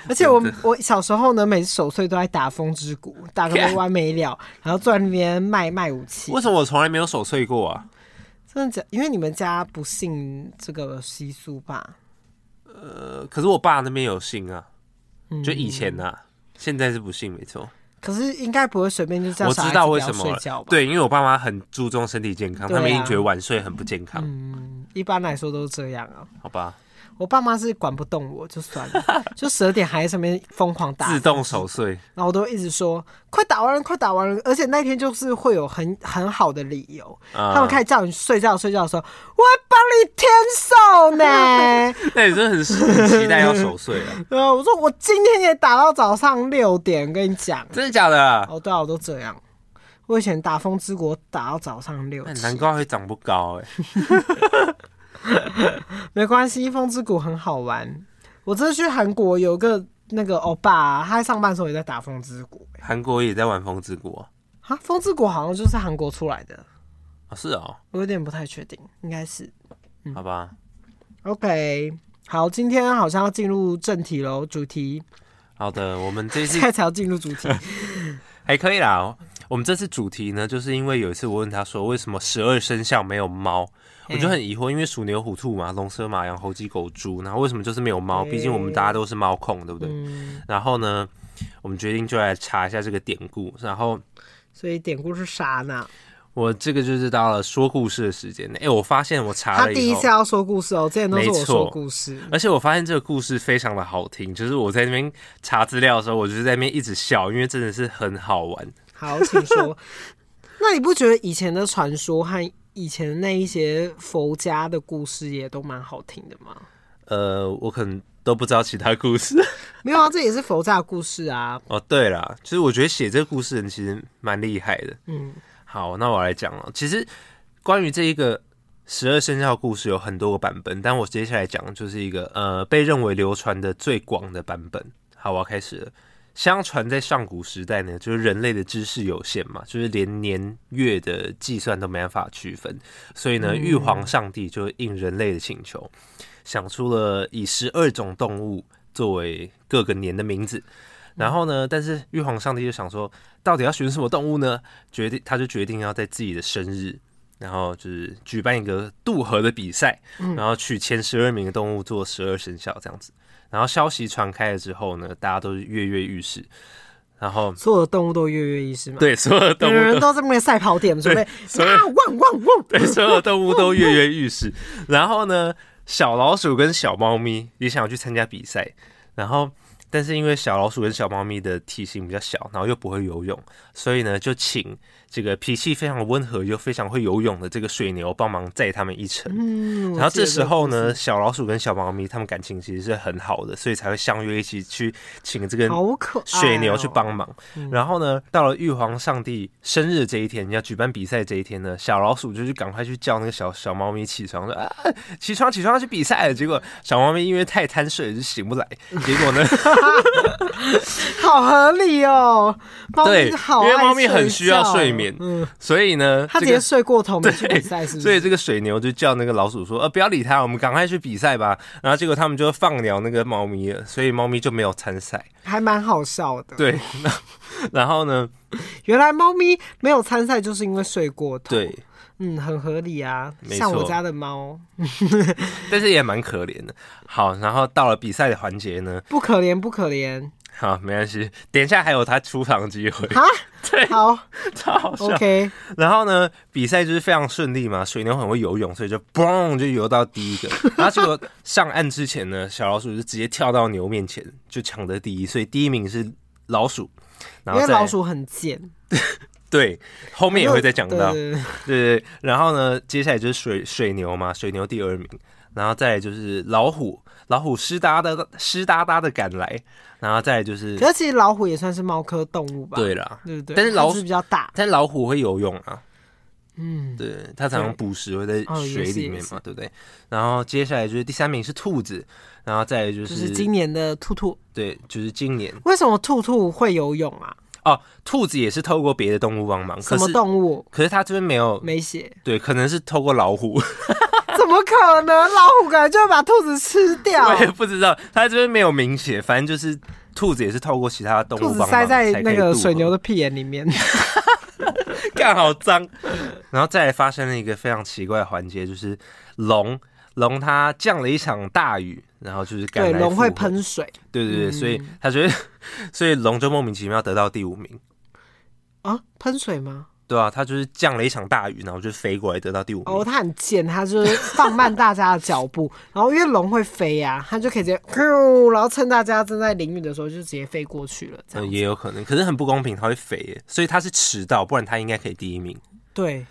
B: 而且我
A: 真的
B: 我小时候呢，每次守岁都在打风之谷，打个没完没了，然后坐在那边卖卖武器
A: 为。什么我从来没有守岁过啊？
B: 真的假？因为你们家不信这个习俗吧？
A: 呃，可是我爸那边有信啊，
B: 嗯
A: 就以前啊，现在是不信没错。
B: 可是应该不会随便就叫
A: 我
B: 小
A: 知
B: 孩子
A: 道
B: 不
A: 为
B: 要
A: 什么
B: 睡觉
A: 了
B: 吧？，，
A: 对，因为我爸妈很注重身体健康，
B: 对啊嗯
A: 他们一定觉得晚睡很不健康，
B: 一般来说都是这样啊。
A: 好吧？
B: 我爸妈是管不动我，就算了， 就十二点还在上面疯狂打
A: 自动守岁，
B: 然后我都一直说快打完了，快打完了，而且那天就是会有很很好的理由，
A: 啊
B: 他们开始叫你睡觉睡觉的时候，我会帮你添寿呢。
A: 那你真的很很期待要守岁啊？
B: 然后我说我今天也打到早上六点，跟你讲。
A: 真的假的啊？
B: 哦，对啊，我都这样。我以前打风之国打到早上六
A: 那
B: 点，
A: 哎难怪会长不高哎、
B: 没关系，风之谷很好玩。我这次去韩国有个那个欧巴、啊他在上班的时候也在打风之谷、欸。
A: 韩国也在玩风之谷啊？
B: 啊，风之谷好像就是韩国出来的，
A: 哦是哦，
B: 我有点不太确定，应该是。嗯
A: 好吧。
B: OK，好，今天好像要进入正题喽，主题，
A: 嗯好的，我们这次
B: 现在才要进入主题，
A: 还可以啦。我们这次主题呢，就是因为有一次我问他说，为什么十二生肖没有猫？我就很疑惑，因为鼠、牛、虎、兔嘛，龙、蛇、马、羊、猴、鸡、狗、猪，然后为什么就是没有猫？
B: 嗯
A: 毕竟我们大家都是猫控，对不对？
B: 嗯，
A: 然后呢，我们决定就来查一下这个典故。然后
B: 所以典故是啥呢？
A: 我这个就是到了说故事的时间。哎、我发现我查
B: 他
A: 了
B: 第
A: 以
B: 一
A: 后
B: 次，要说故事哦，之前都是我
A: 没
B: 说
A: 错
B: 故事，
A: 而且我发现这个故事非常的好听，就是我在那边查资料的时候，我就是在那边一直笑，因为真的是很好玩。
B: 好，请说。 那你不觉得以前的传说和以前的那一些佛家的故事也都蛮好听的吗？
A: 呃，我可能都不知道其他故事。
B: 没有啊，这也是佛家的故事啊。
A: 哦，对啦，其实我觉得写这个故事的人其实蛮厉害的。
B: 嗯，
A: 好，那我来讲了。其实关于这一个十二生肖故事有很多个版本，但我接下来讲的就是一个呃被认为流传的最广的版本。好，我要开始了。相传在上古时代呢，就是人类的知识有限嘛，就是连年月的计算都没办法区分，所以呢，玉皇上帝就应人类的请求，想出了以十二种动物作为各个年的名字。然后呢，但是玉皇上帝就想说，到底要选什么动物呢？决定他就决定要在自己的生日，然后就是举办一个渡河的比赛，然后取前十二名的动物做十二生肖这样子。然后消息传开了之后呢，大家都是跃跃欲试。然后
B: 所有的动物都跃跃欲试嘛，，
A: 对所有的动
B: 每个
A: 物
B: 人
A: 都
B: 都在那边赛跑 点，准备
A: 所有
B: 啊，汪汪汪，
A: 对所有动物都跃跃欲试。然后呢，小老鼠跟小猫咪也想要去参加比赛，然后但是因为小老鼠跟小猫咪的体型比较小，然后又不会游泳，所以呢就请这个脾气非常温和又非常会游泳的这个水牛帮忙载他们一程。
B: 嗯，我
A: 然后
B: 记
A: 这
B: 得
A: 时候
B: 个故事
A: 呢，小老鼠跟小猫咪它们感情其实是很好的，所以才会相约一起去请这个
B: 好可爱、哦
A: 水牛去。
B: 哎
A: 帮忙。
B: 嗯
A: 然后呢，到了玉皇上帝生日这一天，要举办比赛这一天呢，小老鼠就去赶快去叫那个小小猫咪起床，说啊，起床起床要去比赛了。结果小猫咪因为太贪睡了就醒 不来，结果呢，
B: 好合理哦，猫咪
A: 对，
B: 好爱
A: 因为猫咪很需要睡面，所以呢，
B: 嗯他直接睡过头没去比赛，是不
A: 所以
B: 是？
A: 这个水牛就叫那个老鼠说：“呃，不要理它，我们赶快去比赛吧。”然后结果他们就放鸟那个猫咪了，所以猫咪就没有参赛。
B: 还蛮好笑的。
A: 对， 然后呢，
B: 原来猫咪没有参赛就是因为睡过头。
A: 对，
B: 嗯，很合理啊。
A: 没错
B: 像我家的猫，
A: 但是也蛮可怜的。好，然后到了比赛的环节呢，
B: 不可怜不 可怜。
A: 好，没关系，等一下还有他出场的机会，
B: 哈，
A: 对，
B: 好
A: 超好笑。
B: ，OK，
A: 然后呢，比赛就是非常顺利嘛，水牛很会游泳，所以就嘣就游到第一 个。然后结果上岸之前呢，小老鼠就直接跳到牛面前，就抢得第一，所以第一名是老鼠。然
B: 因
A: 后再
B: 为老鼠很贱，
A: 对，后面也会再讲
B: 对
A: 到，对
B: 对对
A: 对对。然后呢，接下来就是水水牛嘛，水牛第二名，然后再来就是老虎，老虎湿哒哒的湿哒哒的赶来，然后再来就是
B: 可是其实老虎也算是猫科动物吧？，
A: 对啦，
B: 对不对？
A: 但是老
B: 它只比较大，
A: 但老虎会游泳啊，
B: 嗯，
A: 对，它常常捕食会在
B: 哦也
A: 水
B: 是
A: 里
B: 也
A: 面
B: 是
A: 嘛，对不对？然后接下来就是第三名是兔子，然后再来就
B: 就是是今年的兔兔。
A: 对，就是今年
B: 为什么兔兔会游泳啊？
A: 哦，兔子也是透过别的动物帮忙，
B: 什
A: 可
B: 么
A: 是
B: 动物
A: 可是它这边没有，
B: 没写？
A: 对，可能是透过老虎，
B: 怎么可能？老虎感觉就会把兔子吃 掉。
A: 我也不知道，它这边没有明写，反正就是兔子也是透过其他动
B: 兔
A: 物
B: 子
A: 帮
B: 塞
A: 忙
B: 在
A: 才可
B: 那
A: 以
B: 个
A: 渡
B: 水
A: 河
B: 牛的屁眼里面，
A: 干好脏。然后再来发生了一个非常奇怪的环节，就是龙龙它降了一场大雨，然后就是赶
B: 对，
A: 来
B: 龙
A: 复
B: 会
A: 活，
B: 喷水
A: 对对对，
B: 嗯
A: 所以它觉得， 所以龙就莫名其妙得到第五名，
B: 啊？喷水吗？
A: 对啊，它就是降了一场大雨，然后就飞过来得到第五名，
B: 哦，它很贱，它就是放慢大家的脚步， 然后因为龙会飞啊，它就可以直接， 咻然后趁大家正在淋雨的时候就直接飞过去了，这
A: 嗯，
B: 样
A: 也
B: 子。
A: 有可能，可是很不公平，它会飞耶，所以它是迟到，不然它应该可以第一名。
B: 对，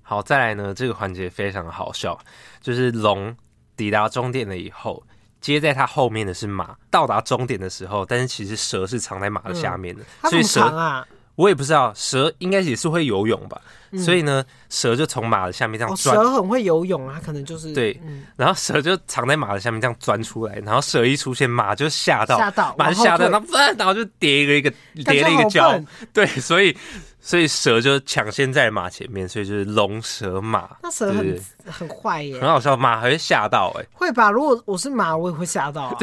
A: 好，再来呢，这个环节非常好笑，就是龙抵达终点了以后，接在它后面的是马。到达终点的时候，但是其实蛇是藏在马的下面的，
B: 嗯
A: 所
B: 它怎
A: 以
B: 么长
A: 蛇
B: 啊？
A: 我也不知道，蛇应该也是会游泳吧，所以呢，蛇就从马的下面这样
B: 嗯哦，
A: 钻，
B: 蛇很会游泳啊，它可能就是
A: 对
B: 嗯
A: 然后蛇就藏在马的下面这样钻出来，然后蛇一出现，马就吓到，
B: 吓到，
A: 马
B: 往
A: 就
B: 后
A: 吓到，
B: 退
A: 然后 呃然后就跌一个一个
B: 感
A: 跌
B: 觉
A: 了一个
B: 好
A: 跤
B: 笨，
A: 对，所以所以蛇就抢先在马前面，所以就是龙蛇马。
B: 那蛇
A: 对对
B: 很很坏耶
A: 很，好笑，马还会吓到 哎、
B: 会吧？如果我是马，我也会吓到啊。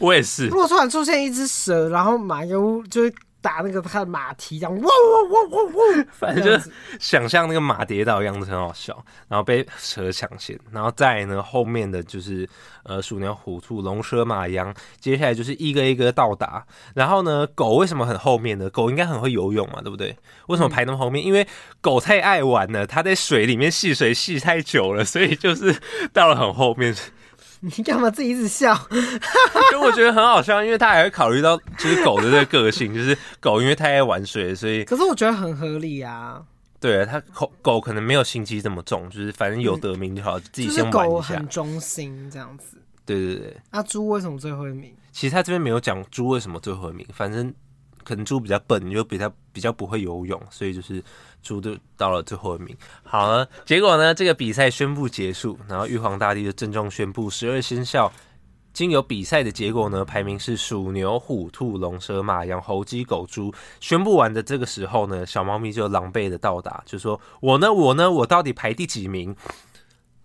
A: 我也是
B: 如，果突然出现一只蛇，然后马又就是打那个它的马蹄，这样哇哇哇哇哇，
A: 反正
B: 这样
A: 就
B: 子
A: 是想象那个马跌倒的样子很好笑，然后被蛇抢先，然后再来呢后面的就是呃鼠牛虎兔龙蛇马羊，接下来就是一个一个到达，然后呢狗为什么很后面呢？狗应该很会游泳嘛，对不对？为什么排那么后
B: 嗯
A: 面？因为狗太爱玩了，它在水里面戏水戏太久了，所以就是到了很后 面，
B: 你干嘛自己一直笑？
A: 就我觉得很好笑，因为它还会考虑到就是狗的这个个性，就是狗因为太爱玩水了，所以
B: 可是我觉得很合理啊，
A: 对它狗狗可能没有心机这么重，就是反正有得名就好，自己
B: 嗯就是
A: 先玩
B: 狗
A: 一下
B: 很。忠心这样子。
A: 对对对，
B: 那猪为什么最后一名？
A: 其实他这边没有讲猪为什么最后一名，反正可能猪比较笨，就比较比较不会游泳，所以就是猪就到了最后一名。好了，结果呢，这个比赛宣布结束，然后玉皇大帝就郑重宣布十二生肖。经由比赛的结果呢，排名是鼠、牛、虎、兔、龙、蛇、马、羊、猴、鸡、狗、猪。宣布完的这个时候呢，小猫咪就狼狈的到达，就说：“我呢，我呢，我到底排第几名？”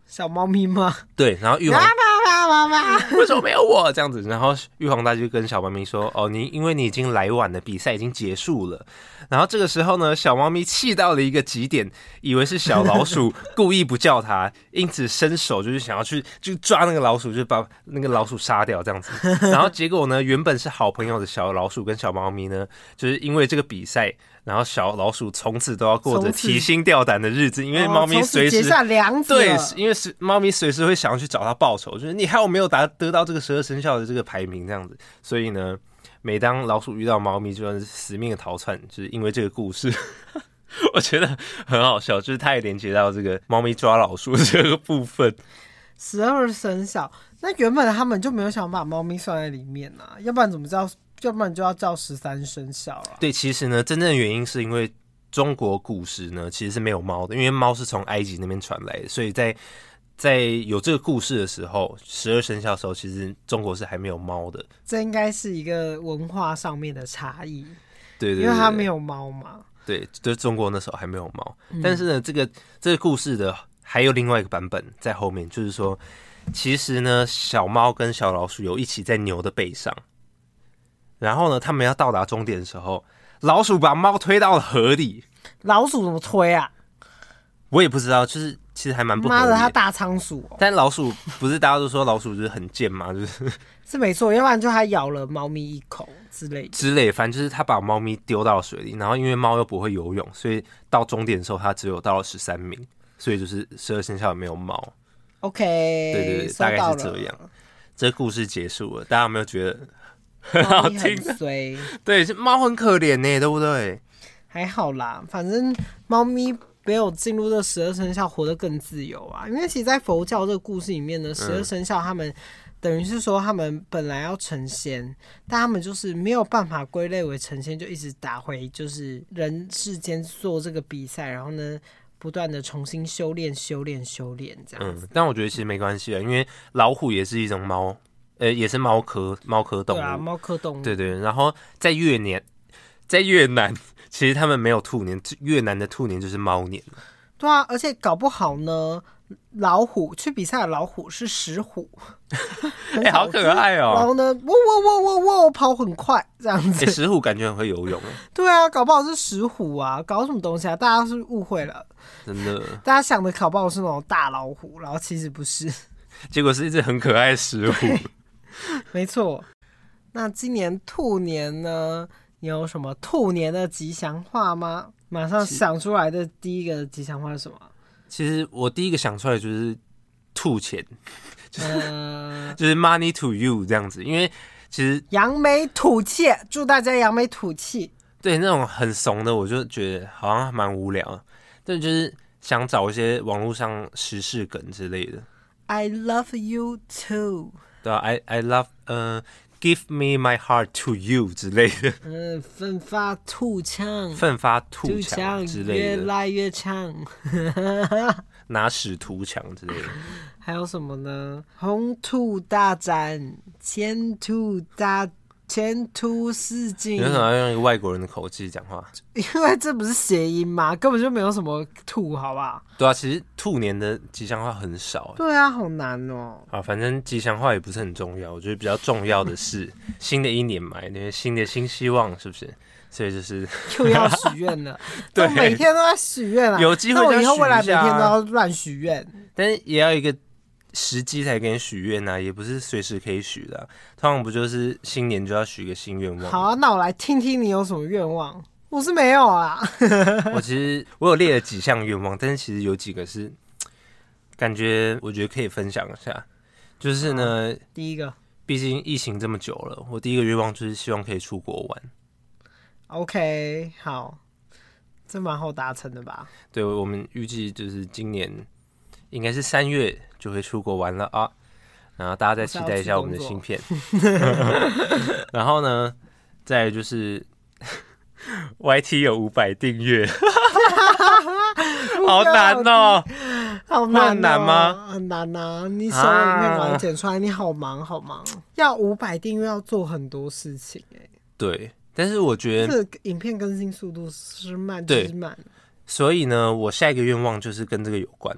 B: 小猫咪吗？
A: 对，然后玉
B: 妈
A: 皇
B: 妈妈妈妈！
A: 为什么没有我这样子？然后玉皇大帝就跟小猫咪说：“哦，你因为你已经来晚了，比赛已经结束了。”然后这个时候呢，小猫咪气到了一个极点，以为是小老 鼠故意不叫它，因此伸手就是想要去就抓那个老鼠，就把那个老鼠杀掉这样子。然后结果呢，原本是好朋友的小老鼠跟小猫咪呢，就是因为这个比赛，然后小老鼠从此都要过着
B: 从此
A: 提心吊胆的日子，因为猫咪
B: 哦从此
A: 随时
B: 结下梁子啊
A: 对
B: 了，
A: 因为是猫咪随时会想要去找它报仇，就是你还有没有达得到这个十二生肖的这个排名这样子，所以呢，每当老鼠遇到猫咪，就算是死命的逃窜，就是因为这个故事。 我觉得很好笑，就是它也连接到这个猫咪抓老鼠这个部分。
B: 十二生肖。那原本他们就没有想把猫咪算在里面啊，要不然怎么叫？要不然就要叫十三生肖啊。
A: 对，其实呢，真正的原因是因为中国古时呢其实是没有猫的，因为猫是从埃及那边传来的，所以在在有这个故事的时候，十二生肖的时候，其实中国是还没有猫的。
B: 这应该是一个文化上面的差异，
A: 对对对
B: 因为它
A: 对
B: 没有猫嘛。
A: 对，就是中国那时候还没有猫。
B: 嗯
A: 但是呢，这个这个故事的还有另外一个版本在后面，就是说，其实呢，小猫跟小老鼠有一起在牛的背上，然后呢，他们要到达终点的时候，老鼠把猫推到了河里。
B: 老鼠怎么推啊？
A: 我也不知道，就是其实还蛮不合
B: 妈
A: 理
B: 的，它
A: 的。
B: 大仓鼠、哦、
A: 但老鼠不是大家都说 老鼠就是很贱嘛，就是
B: 是没错，要不然就它咬了猫咪一口之类的。
A: 之类，反正就是他把猫咪丢到水里，然后因为猫又不会游泳，所以到终点的时候它只有到了十三名，所以就是十二生肖也没有猫。
B: OK，
A: 对对对
B: 收
A: 大概
B: 到
A: 是
B: 了。
A: 这样这故事结束了，大家有没有觉得？
B: 猫咪
A: 好
B: 很
A: 听
B: 衰，
A: 对，这猫很可怜呢，对不对？
B: 还好啦，反正猫咪没有进入这十二生肖，活得更自由啊。因为其实，在佛教这个故事里面
A: 嗯
B: 呢，十二生肖他们、等于是说，他们本来要成仙，但他们就是没有办法归类为成仙，就一直打回就是人世间做这个比赛，然后呢，不断的重新修炼、修炼、修炼这样子。
A: 嗯，但我觉得其实没关系啊，因为老虎也是一种猫，呃，也是猫科猫科动
B: 对啊，
A: 物。
B: 猫科动物。
A: 对对，然后在越南，在越南， 其实他们没有兔年，越南的兔年就是猫年。
B: 对啊，而且搞不好呢，老虎去比赛的老虎是石虎，
A: 哎、
B: 很少
A: 好可爱
B: 然
A: 哦、
B: 后呢，喔喔喔喔喔，跑很快这样
A: 哎、
B: 子。
A: 石虎感觉很会游泳，哎
B: 对啊，搞不好是石虎啊，搞什么东西啊？大家是不是误会了，
A: 真的。
B: 大家想的搞不好是那种大老虎，然后其实不是。
A: 结果是一只很可爱的石虎。
B: 没错。那今年兔年呢，你有什么兔年的吉祥话吗？马上想出来的第一个吉祥话是什么？
A: 其实我第一个想出来就是兔钱，
B: 呃，
A: 就是 money to you 这样子，因为其实
B: 扬眉吐气，祝大家扬眉吐气。
A: 对那种很怂的，我就觉得好像蛮无聊的，但就是想找一些网络上时事梗之类的，
B: I love you too。
A: 对吧、i I love，嗯、g i v e me my heart to you 之类的，
B: 嗯，奋发图强，
A: 奋发图
B: 嗯图
A: 强
B: 强
A: 之类
B: 越
A: 的，
B: 来越强。
A: 拿屎图强之类 的。
B: 还有什么呢？红兔大展，前途大前途似
A: 你
B: 锦
A: 为。什么要用一个外国人的口气讲话？
B: 因为这不是谐音嘛，根本就没有什么兔，好吧？
A: 对啊，其实兔年的吉祥话很少。欸
B: 对啊，好难哦、
A: 啊，反正吉祥话也不是很重要，我觉得比较重要的是新的一年嘛，因为新的新希望，是不是？所以就是
B: 又要许愿了，
A: 对
B: 我每天都在许愿啊。
A: 有机会
B: 那我
A: 就
B: 以后
A: 许
B: 未来
A: 一
B: 每
A: 下
B: 天
A: 啊
B: 都要乱许愿。
A: 但是也要一个时机才给你许愿啊呐，也不是随时可以许的啊、通常不就是新年就要许个新愿望？
B: 好、啊，那我来听听你有什么愿望。我是没有啊，
A: 我其实我有列了几项愿望，但是其实有几个是感觉我觉得可以分享一下，就是呢，
B: 第一个
A: 毕竟疫情这么久了，我第一个愿望就是希望可以出国玩。
B: OK，好，这蛮好达成的吧？
A: 对，我们预计就是今年应该是三月就会出国玩了啊，然后大家再期待一下我们的 新片。然后呢，再来就是 YT 有五百订 阅，好难哦、
B: 好难、哦，
A: 很难吗？啊
B: 很难呐、你手影片把它剪出来，你好忙好忙，要五百订阅要做很多事情哎、
A: 对，但是我觉得，
B: 这个影片更新速度是慢
A: 嗯对
B: 之慢。
A: 所以呢，我下一个愿望就是跟这个有关，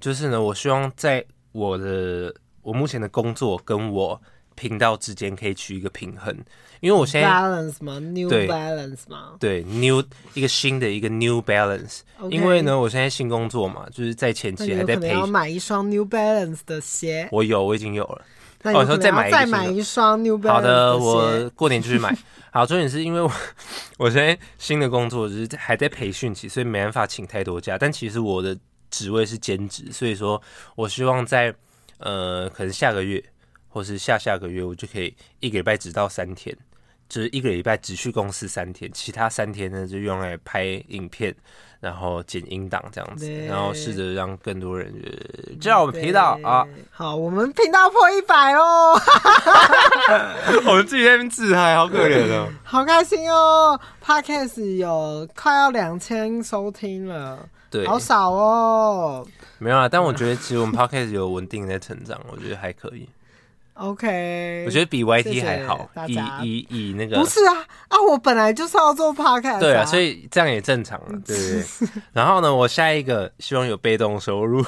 A: 就是呢，我希望在我的我目前的工作跟我频道之间可以取一个平衡，因为我现在
B: Balance 吗？New
A: 对
B: Balance 吗？
A: 对 new 一个新的一个 New Balance，、
B: OK
A: 因为呢，我现在新工作嘛，就是在前
B: 那
A: 期
B: 你
A: 还
B: 有
A: 在
B: 可能
A: 培
B: 要
A: 训，
B: 买一双 New Balance 的鞋，
A: 我有，我已经有了。
B: 那你有
A: 哦
B: 可
A: 你说再
B: 能
A: 买
B: 要
A: 一个
B: 再
A: 新
B: 买
A: 的
B: 一双 New
A: 好
B: Balance
A: 的，
B: 鞋。
A: 我过年就去买。 好，重点是因为我 我现在新的工作就是还在培训期，所以没办法请太多假。但其实我的职位是兼职，所以说我希望在呃，可能下个月或是下下个月，我就可以一个礼拜只到三天，就是一个礼拜只去公司三天，其他三天呢就用来拍影片，然后剪音档这样子，
B: 对
A: 然后试着让更多人觉得知道我们频道啊，
B: 对！好，我们频道破一百哦，
A: 我们自己在那边自嗨，好可怜哦。
B: 好开心哦！Podcast 有快要两千收听了，
A: 对，
B: 好少哦。
A: 没有啊，但我觉得其实我们 podcast 有稳定在成长，我觉得还可以。
B: OK，
A: 我觉得比 YT 还好，
B: 谢谢哎大家
A: 以以以那个
B: 不是啊啊！我本来就是要做 podcast，
A: 对啊，所
B: 以
A: 以这样也正 常了，对不对？然后呢，我下一个希望有被动收入，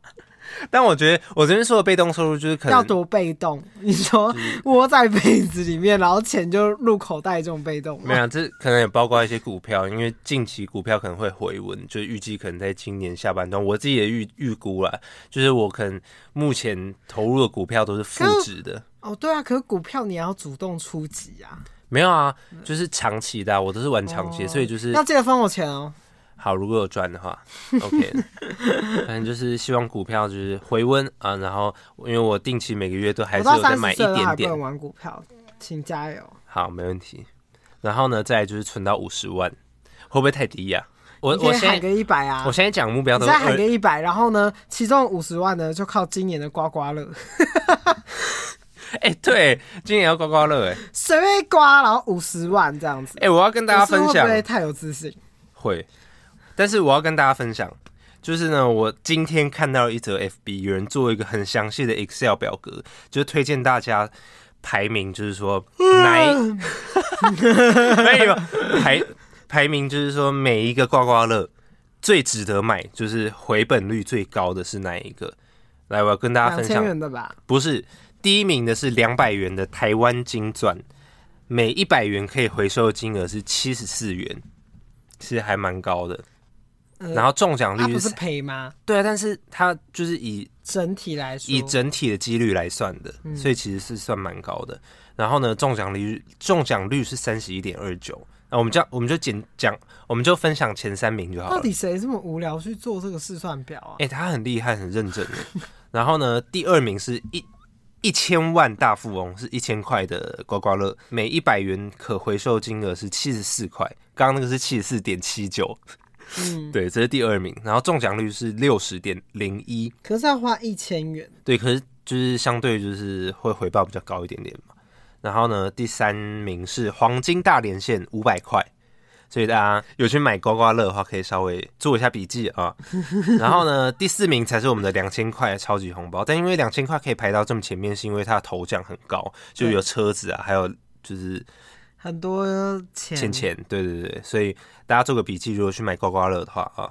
A: 但我觉得我这边说的被动收入就是可
B: 要
A: 能
B: 多被动。你说窝在被子里面，然后钱就入口袋这种被动
A: 没
B: 吗？
A: 有啊，这可能也包括一些股票，因为近期股票可能会回温，就是预计可能在今年下半段，我自己也预预估啦，就是我可能目前投入的股票都是负值的，
B: 哦，对啊，可是股票你也要主动出击啊，
A: 没有啊，就是长期的、啊，我都是玩长期的，
B: 哦
A: 所以就是
B: 要记得分我钱哦。
A: 好，如果有赚的话，OK，反正就是希望股票就是回温啊，然后因为我定期每个月都还
B: 我
A: 是
B: 到
A: 有
B: 三
A: 在
B: 十
A: 买一
B: 岁都
A: 点
B: 还不能
A: 点，
B: 玩股票，请加油。
A: 好，没问题。然后呢，再来就是存到五十万，会不会太低呀、我
B: 你可
A: 我
B: 以喊
A: 现在
B: 个一百啊
A: 我！现在讲目标
B: 你
A: 都
B: 再喊
A: 二
B: 个一百，然后呢，其中五十万呢就靠今年的刮刮乐，
A: 哎、对，今年要刮刮乐哎
B: 随便刮，然后五十万这样子。
A: 哎，我要跟大家分
B: 我是
A: 享
B: 会不会太有自信？
A: 会，但是我要跟大家分享，就是呢，我今天看到一则 FB 有人做一个很详细的 Excel 表格，就是推荐大家排名，就是说哪 一没有排排名，就是说每一个刮刮乐最值得买，就是回本率最高的是哪一个？来，我要跟大家
B: 两
A: 分
B: 千
A: 享，
B: 元的吧？
A: 不是第一名的是两百元的台湾金钻，每一百元可以回收的金额是七十四元，其实还蛮高的。
B: 呃
A: 然后中奖
B: 他
A: 率
B: 不是
A: 是
B: 赔吗？
A: 对啊，但是它就是以
B: 整体来说，嗯
A: 以整体的几率来算的，所以其实是算蛮高的。然后呢，中奖率中奖率是三十一点二九。那我们这样，我们就简讲，我们就分享前三名就好
B: 到
A: 了。
B: 底谁这么无聊去做这个试算表啊？
A: 哎、他很厉害，很认真耶。然后呢，第二名是一一千万大富翁，是一千块的刮刮乐，每一百元可回收金额是七十四块。刚刚那个是七十四点七九，
B: 嗯，
A: 对，这是第二名。然后中奖率是六十点零一，
B: 可是要花一千元，
A: 对，可是就是相对就是会回报比较高一点点嘛。然后呢，第三名是黄金大连线五百块，所以大家有去买刮刮乐的话，可以稍微做一下笔记啊。然后呢，第四名才是我们的两千块超级红包，但因为两千块可以排到这么前面，是因为它的头奖很高，就有车子啊，还有就是
B: 很多钱。
A: 钱钱，对对对，所以大家做个笔记，如果去买刮刮乐的话啊。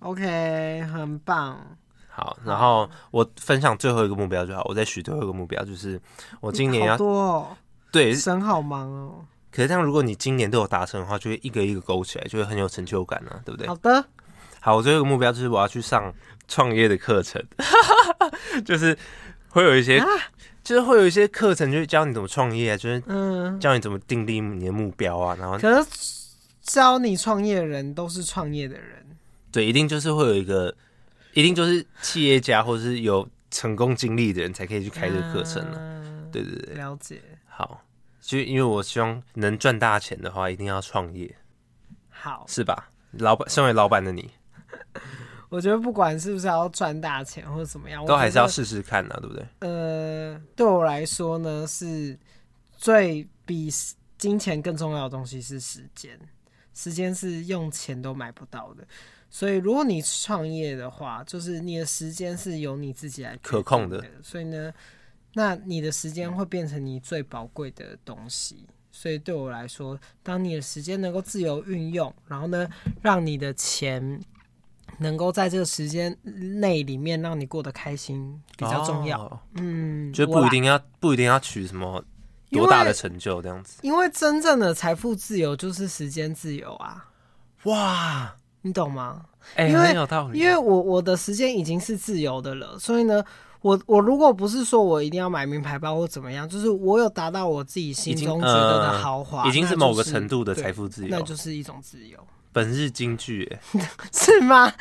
B: OK，很棒。
A: 好，然后我分享最后一个目标就好。我再许最后一个目标，就是我今年
B: 好
A: 要
B: 多哦，
A: 对
B: 神好忙哦。
A: 可是这样，如果你今年都有达成的话，就会一个一个勾起来，就会很有成就感啊，对不对？
B: 好的，
A: 好，我最后一个目标就是我要去上创业的课 程，就是会有一
B: 啊
A: 些，就是会有一些课程，就是教你怎么创业啊，就是
B: 嗯，
A: 教你怎么定立你的目标啊，然后
B: 可是教你创业的人都是创业的人，
A: 对，一定就是会有一个，一定就是企业家或是有成功经历的人才可以去开这个课程啊。
B: 啊。
A: 对对对，
B: 了解。
A: 好，就因为我希望能赚大钱的话，一定要创业，
B: 好，
A: 是吧？老板，身为老板的你，
B: 我觉得不管是不是要赚大钱或者怎么样，我
A: 都还是
B: 觉得
A: 要试试看啊，对不对？
B: 呃，对我来说呢，是最比金钱更重要的东西是时间，时间是用钱都买不到的。所以，如果你创业的话，就是你的时间是由你自己来决
A: 可控
B: 定
A: 的
B: 的。所以呢，那你的时间会变成你最宝贵的东西。所以对我来说，当你的时间能够自由运用，然后呢，让你的钱能够在这个时间内里面让你过得开心，比较重要。
A: 哦
B: 嗯，
A: 就
B: 我
A: 不
B: 啦
A: 一，定要不一定要取什么
B: 因
A: 多大的
B: 为
A: 成就这样子。
B: 因为真正的财富自由就是时间自由啊，
A: 哇，
B: 你懂吗？
A: 哎、
B: 因为
A: 很有道理。
B: 因为我我的时间已经是自由的了，所以呢，我我如果不是说我一定要买名牌包或怎么样，就是我有达到我自己心
A: 已经
B: 中觉得的
A: 呃
B: 豪华，
A: 已经是
B: 那就
A: 某个程度的
B: 对
A: 财富自
B: 那
A: 由。
B: 就是一种自由，
A: 本日金句、哎
B: 是吗？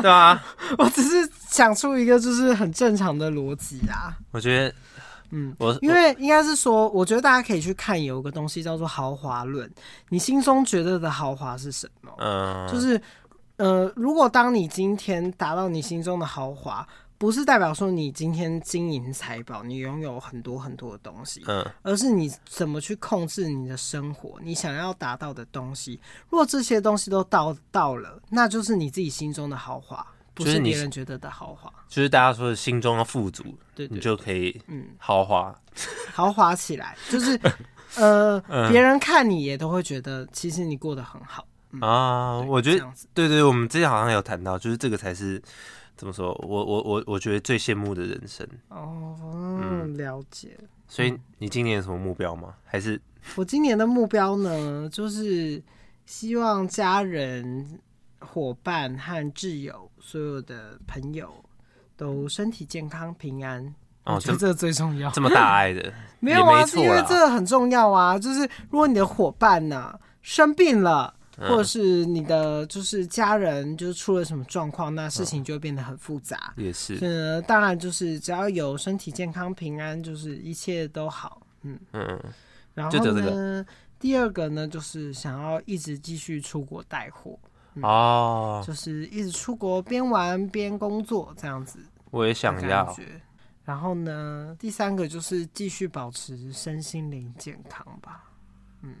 A: 对啊，
B: 我只是想出一个就是很正常的逻辑啊。
A: 我觉得，
B: 嗯
A: 嗯，我
B: 因为应该是说，我觉得大家可以去看有一个东西叫做豪华论，你心中觉得的豪华是什么？
A: 嗯、
B: 就是呃，如果当你今天达到你心中的豪华，不是代表说你今天金银财宝，你拥有很多很多的东西，
A: 嗯，
B: 而是你怎么去控制你的生活，你想要达到的东西。如果这些东西都到到了，那就是你自己心中的豪华，不
A: 就是是你
B: 别人觉得的豪华。
A: 就是大家说的心中要富足，
B: 对
A: 你
B: 对
A: 就可以
B: 嗯
A: 豪华。
B: 豪华起来，就是 呃，
A: 嗯
B: 别人看你也都会觉得，其实你过得很好。
A: 啊，
B: 嗯对
A: 我觉
B: 这
A: 得
B: 样子
A: 对对，我们之前好像有谈到，就是这个才是怎么说，我我我我觉得最羡慕的人生。
B: 哦，
A: 嗯
B: 了解。
A: 所
B: 嗯
A: 以你今年有什么目标吗？还是
B: 我今年的目标呢，就是希望家人、伙伴和挚友，所有的朋友都身体健康、平安。
A: 哦
B: 我觉得这最重要。
A: 这么大爱的？
B: 没有啊，
A: 也没
B: 是
A: 错
B: 因为
A: 啦
B: 这个很重要啊。就是如果你的伙伴呐生病了，
A: 嗯
B: 或者是你的就是家人就是出了什么状况，那事情就会变得很复杂。
A: 也
B: 所
A: 嗯是，
B: 以呢，当然就是只要有身体健康、平安，就是一切都好。嗯，
A: 嗯，
B: 然
A: 就
B: 后
A: 只有这个
B: 呢，第二个呢，就是想要一直继续出国带货，
A: 哦，
B: 就是一直出国边玩边工作这样子。
A: 我也想
B: 的感
A: 要，
B: 觉。然后呢，第三个就是继续保持身心灵健康吧。嗯，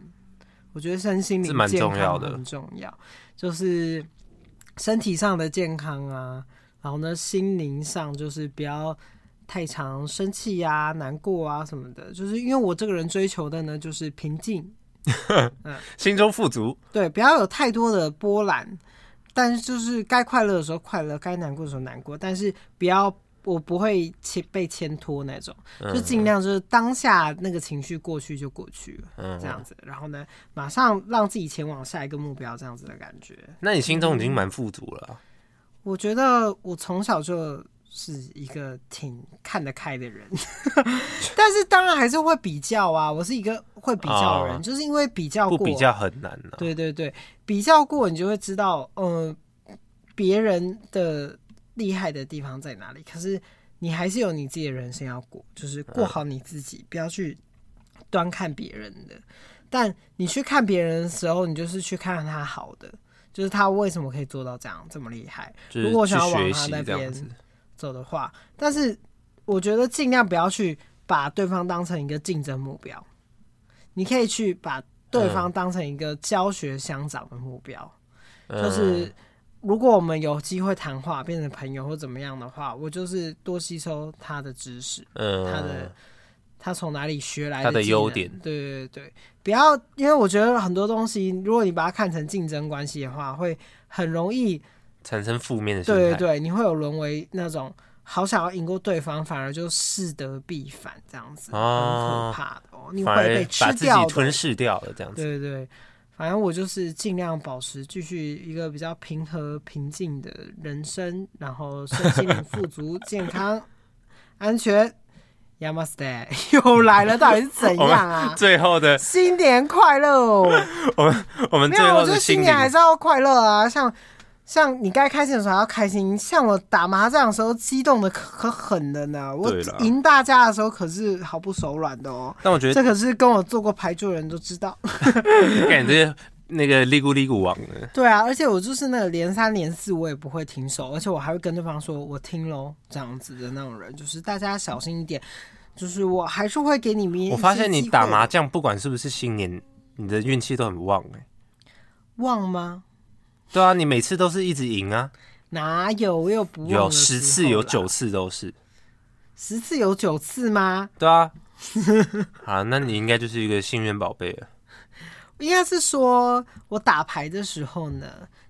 B: 我觉得身心
A: 是
B: 灵
A: 蛮
B: 健
A: 重要
B: 康
A: 的
B: 很重要，就是身体上的健康啊，然后呢，心灵上就是不要太常生气呀、难过啊什么的。就是因为我这个人追求的呢，就是平静，
A: 心中富足。
B: 对，不要有太多的波澜，但是就是该快乐的时候快乐，该难过的时候难过，但是不要我不会牵被牵拖那种，
A: 嗯
B: 就尽量就是当下那个情绪过去就过去了，
A: 嗯
B: 这，样子，然后呢，马上让自己前往下一个目标，这样子的感觉。
A: 那你心中已经蛮富足了啊。
B: 我觉得我从小就是一个挺看得开的人， 但是当然还是会比较啊，我是一个会比较的人，
A: 哦
B: 就是因为比较
A: 不
B: 过
A: 比较很难呢。
B: 嗯对对对，比较过你就会知道，呃，别人的厉害的地方在哪里。可是你还是有你自己的人生要过，就是过好你自己，不要去端看别人的。但你去看别人的时候，你就是去看他好的，就是他为什么可以做到这样这么厉害
A: 就
B: 如果
A: 是
B: 想
A: 去
B: 要往
A: 学
B: 他
A: 习
B: 那
A: 这样
B: 边
A: 子。
B: 走的话。但是我觉得尽量不要去把对方当成一个竞争目标，你可以去把对方当成一个教学相长的目标。
A: 嗯
B: 就是如果我们有机会谈话，变成朋友或怎么样的话，我就是多吸收他的知识，
A: 嗯，
B: 他
A: 嗯
B: 的他从哪里学来
A: 他的
B: 技
A: 优
B: 能
A: 点
B: 对对对，不要因为我觉得很多东西，如果你把它看成竞争关系的话，会很容易
A: 产生负面的心态。
B: 对对对，你会有沦为那种好想要赢过对方，反而就适得必反这样子，
A: 哦
B: 很可怕的哦，你会
A: 反而
B: 被吃
A: 把自己
B: 掉的。
A: 吞噬掉了，这样子。？
B: 对对对，反正我就是尽量保持继续一个比较平和平静的人生，然后身心灵富足、健康、安全。Namaste，又 来了，到底是怎样 啊
A: 最后的
B: 新年快乐哦！
A: 我们
B: 没
A: 最
B: 有，
A: 后
B: 我觉
A: 的
B: 得新
A: 心
B: 年还
A: 灵
B: 是要快乐啊，像像你该开心的时候还要开心，像我打麻将的时候激动的可狠的呢，我
A: 对啦
B: 赢大家的时候可是毫不手软的哦，
A: 但我觉得
B: 这可是跟我做过牌桌的人都知道。
A: 感觉那个利咕利咕王呢，
B: 对啊，而且我就是那个连三连四我也不会停手，而且我还会跟对方说我听喽这样子的那种人，就是大家小心一点，就是我还是会给你们。
A: 我发现你打麻将，不管是不是新年，你的运气都很旺哎、
B: 忘吗？
A: 对啊，你每次都是一直赢啊，
B: 哪有？我有不忘
A: 有
B: 的时
A: 十
B: 候
A: 次有
B: 啦
A: 九次都是。
B: 十次有九次吗？
A: 对啊， 好，那你应该就是一个幸运宝 贝了。
B: 应该是说，我打牌的时候呢，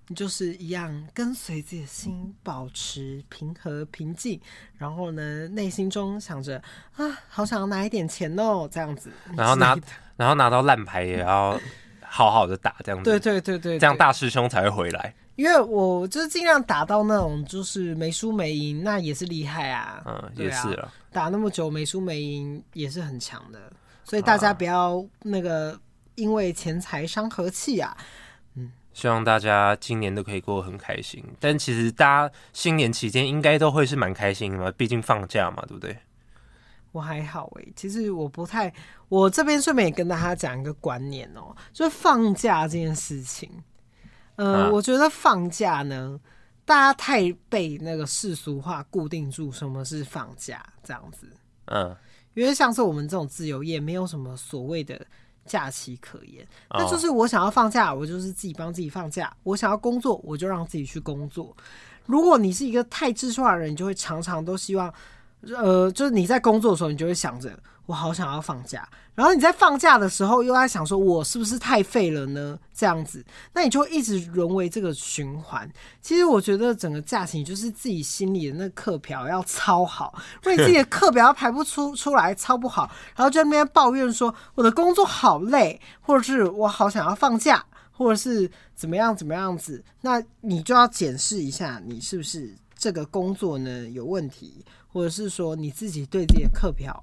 B: 你就是一样跟随自己的心，保持平和平静，然后呢，内心中想着啊，好想要拿一点钱哦，这样子。
A: 然后拿
B: 之类的
A: 然后拿到烂牌也要好好的打，这样子，
B: 对对对对，
A: 这样
B: 对，
A: 大师兄才会回来。
B: 因为我就是尽量打到那种就是没输没赢，那也是厉害啊。
A: 嗯，
B: 对
A: 也
B: 啊
A: 是了。
B: 打那么久没输没赢也是很强的，所以大
A: 啊
B: 家不要那个因为钱财伤和气啊。
A: 希望大家今年都可以过得很开心，但其实大家新年期间应该都会是蛮开心的嘛，毕竟放假嘛，对不对？
B: 我还好诶、其实我不太，我这边顺便也跟大家讲一个观念哦、就是放假这件事情。呃，
A: 啊
B: 我觉得放假呢，大家太被那个世俗化固定住什么是放假这样子，
A: 嗯，
B: 因为像是我们这种自由业，没有什么所谓的假期可言。
A: 哦
B: 那就是我想要放假，我就是自己帮自己放假；我想要工作，我就让自己去工作。如果你是一个太自创的人，你就会常常都希望，呃，就是你在工作的时候，你就会想着我好想要放假，然后你在放假的时候又在想说我是不是太废了呢？这样子，那你就一直沦为这个循环。其实我觉得整个假期你就是自己心里的那个课表要抄好，如果你自己的课表要排不出出来，抄不好，然后就在那边抱怨说我的工作好累，或者是我好想要放假。或者是怎么样怎么样子，那你就要检视一下，你是不是这个工作呢有问题，或者是说你自己对自己的课表，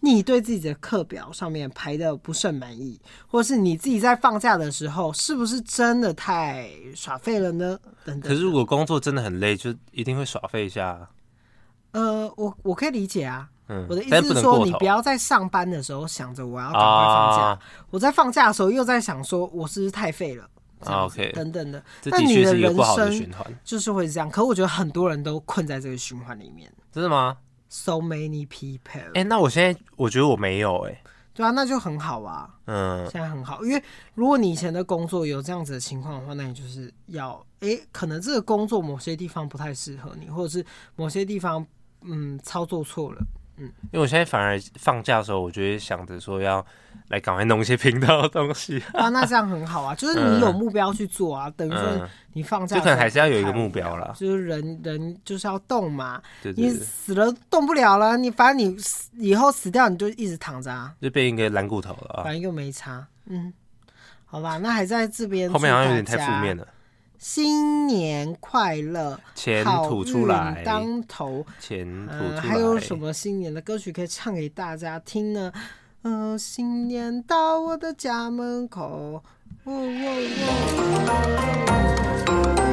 B: 你对自己的课表上面排的不甚满意，或者是你自己在放假的时候是不是真的太耍废了呢？等等。
A: 可是如果工作真的很累，就一定会耍废一下啊。
B: 呃，我我可以理解啊，
A: 嗯，
B: 我的意
A: 但
B: 思
A: 不
B: 是
A: 能
B: 说，
A: 过
B: 你
A: 头
B: 不要在上班的时候想着我要赶快放假，
A: 啊
B: 我在放假的时候又在想说我是不是太废了，这样子
A: 啊，OK
B: 等等的。
A: 这
B: 但
A: 的
B: 你
A: 确
B: 的
A: 是一个
B: 人
A: 不好的
B: 生
A: 循环，
B: 就是会这样。可我觉得很多人都困在这个循环里面
A: 真的吗？
B: ，so many people，、
A: 哎、那我现在我觉得我没有哎、
B: 对啊，那就很好啊，
A: 嗯，
B: 现在很好。因为如果你以前的工作有这样子的情况的话，那你就是要，诶、可能这个工作某些地方不太适合你，或者是某些地方，嗯，操作错了。
A: 因为我现在反而放假的时候，我就会想着说要来赶快弄一些频道的东西，
B: 啊，那这样很好啊，就是你有目标去做啊，等于说
A: 嗯，
B: 你放假
A: 就可能
B: 的
A: 还
B: 时
A: 是
B: 候
A: 要有一个
B: 不会
A: 目
B: 太无
A: 标
B: 聊
A: 啦
B: 就是人人就是要动嘛，
A: 对对
B: 你
A: 对，
B: 死了动不了了，你反正你死以后死掉你就一直躺着啊，
A: 就变一个蓝骨头了啊
B: 反。正又没差，嗯，好吧，那还在这边
A: 后面好像有点太
B: 祝大
A: 负
B: 家
A: 面了，
B: 新年快乐，
A: 钱
B: 好
A: 吐出
B: 运
A: 来，
B: 当头，
A: 钱吐出
B: 呃，
A: 来，
B: 还有什么新年的歌曲可以唱给大家听呢？嗯、新年到我的家门口，哦哦哦。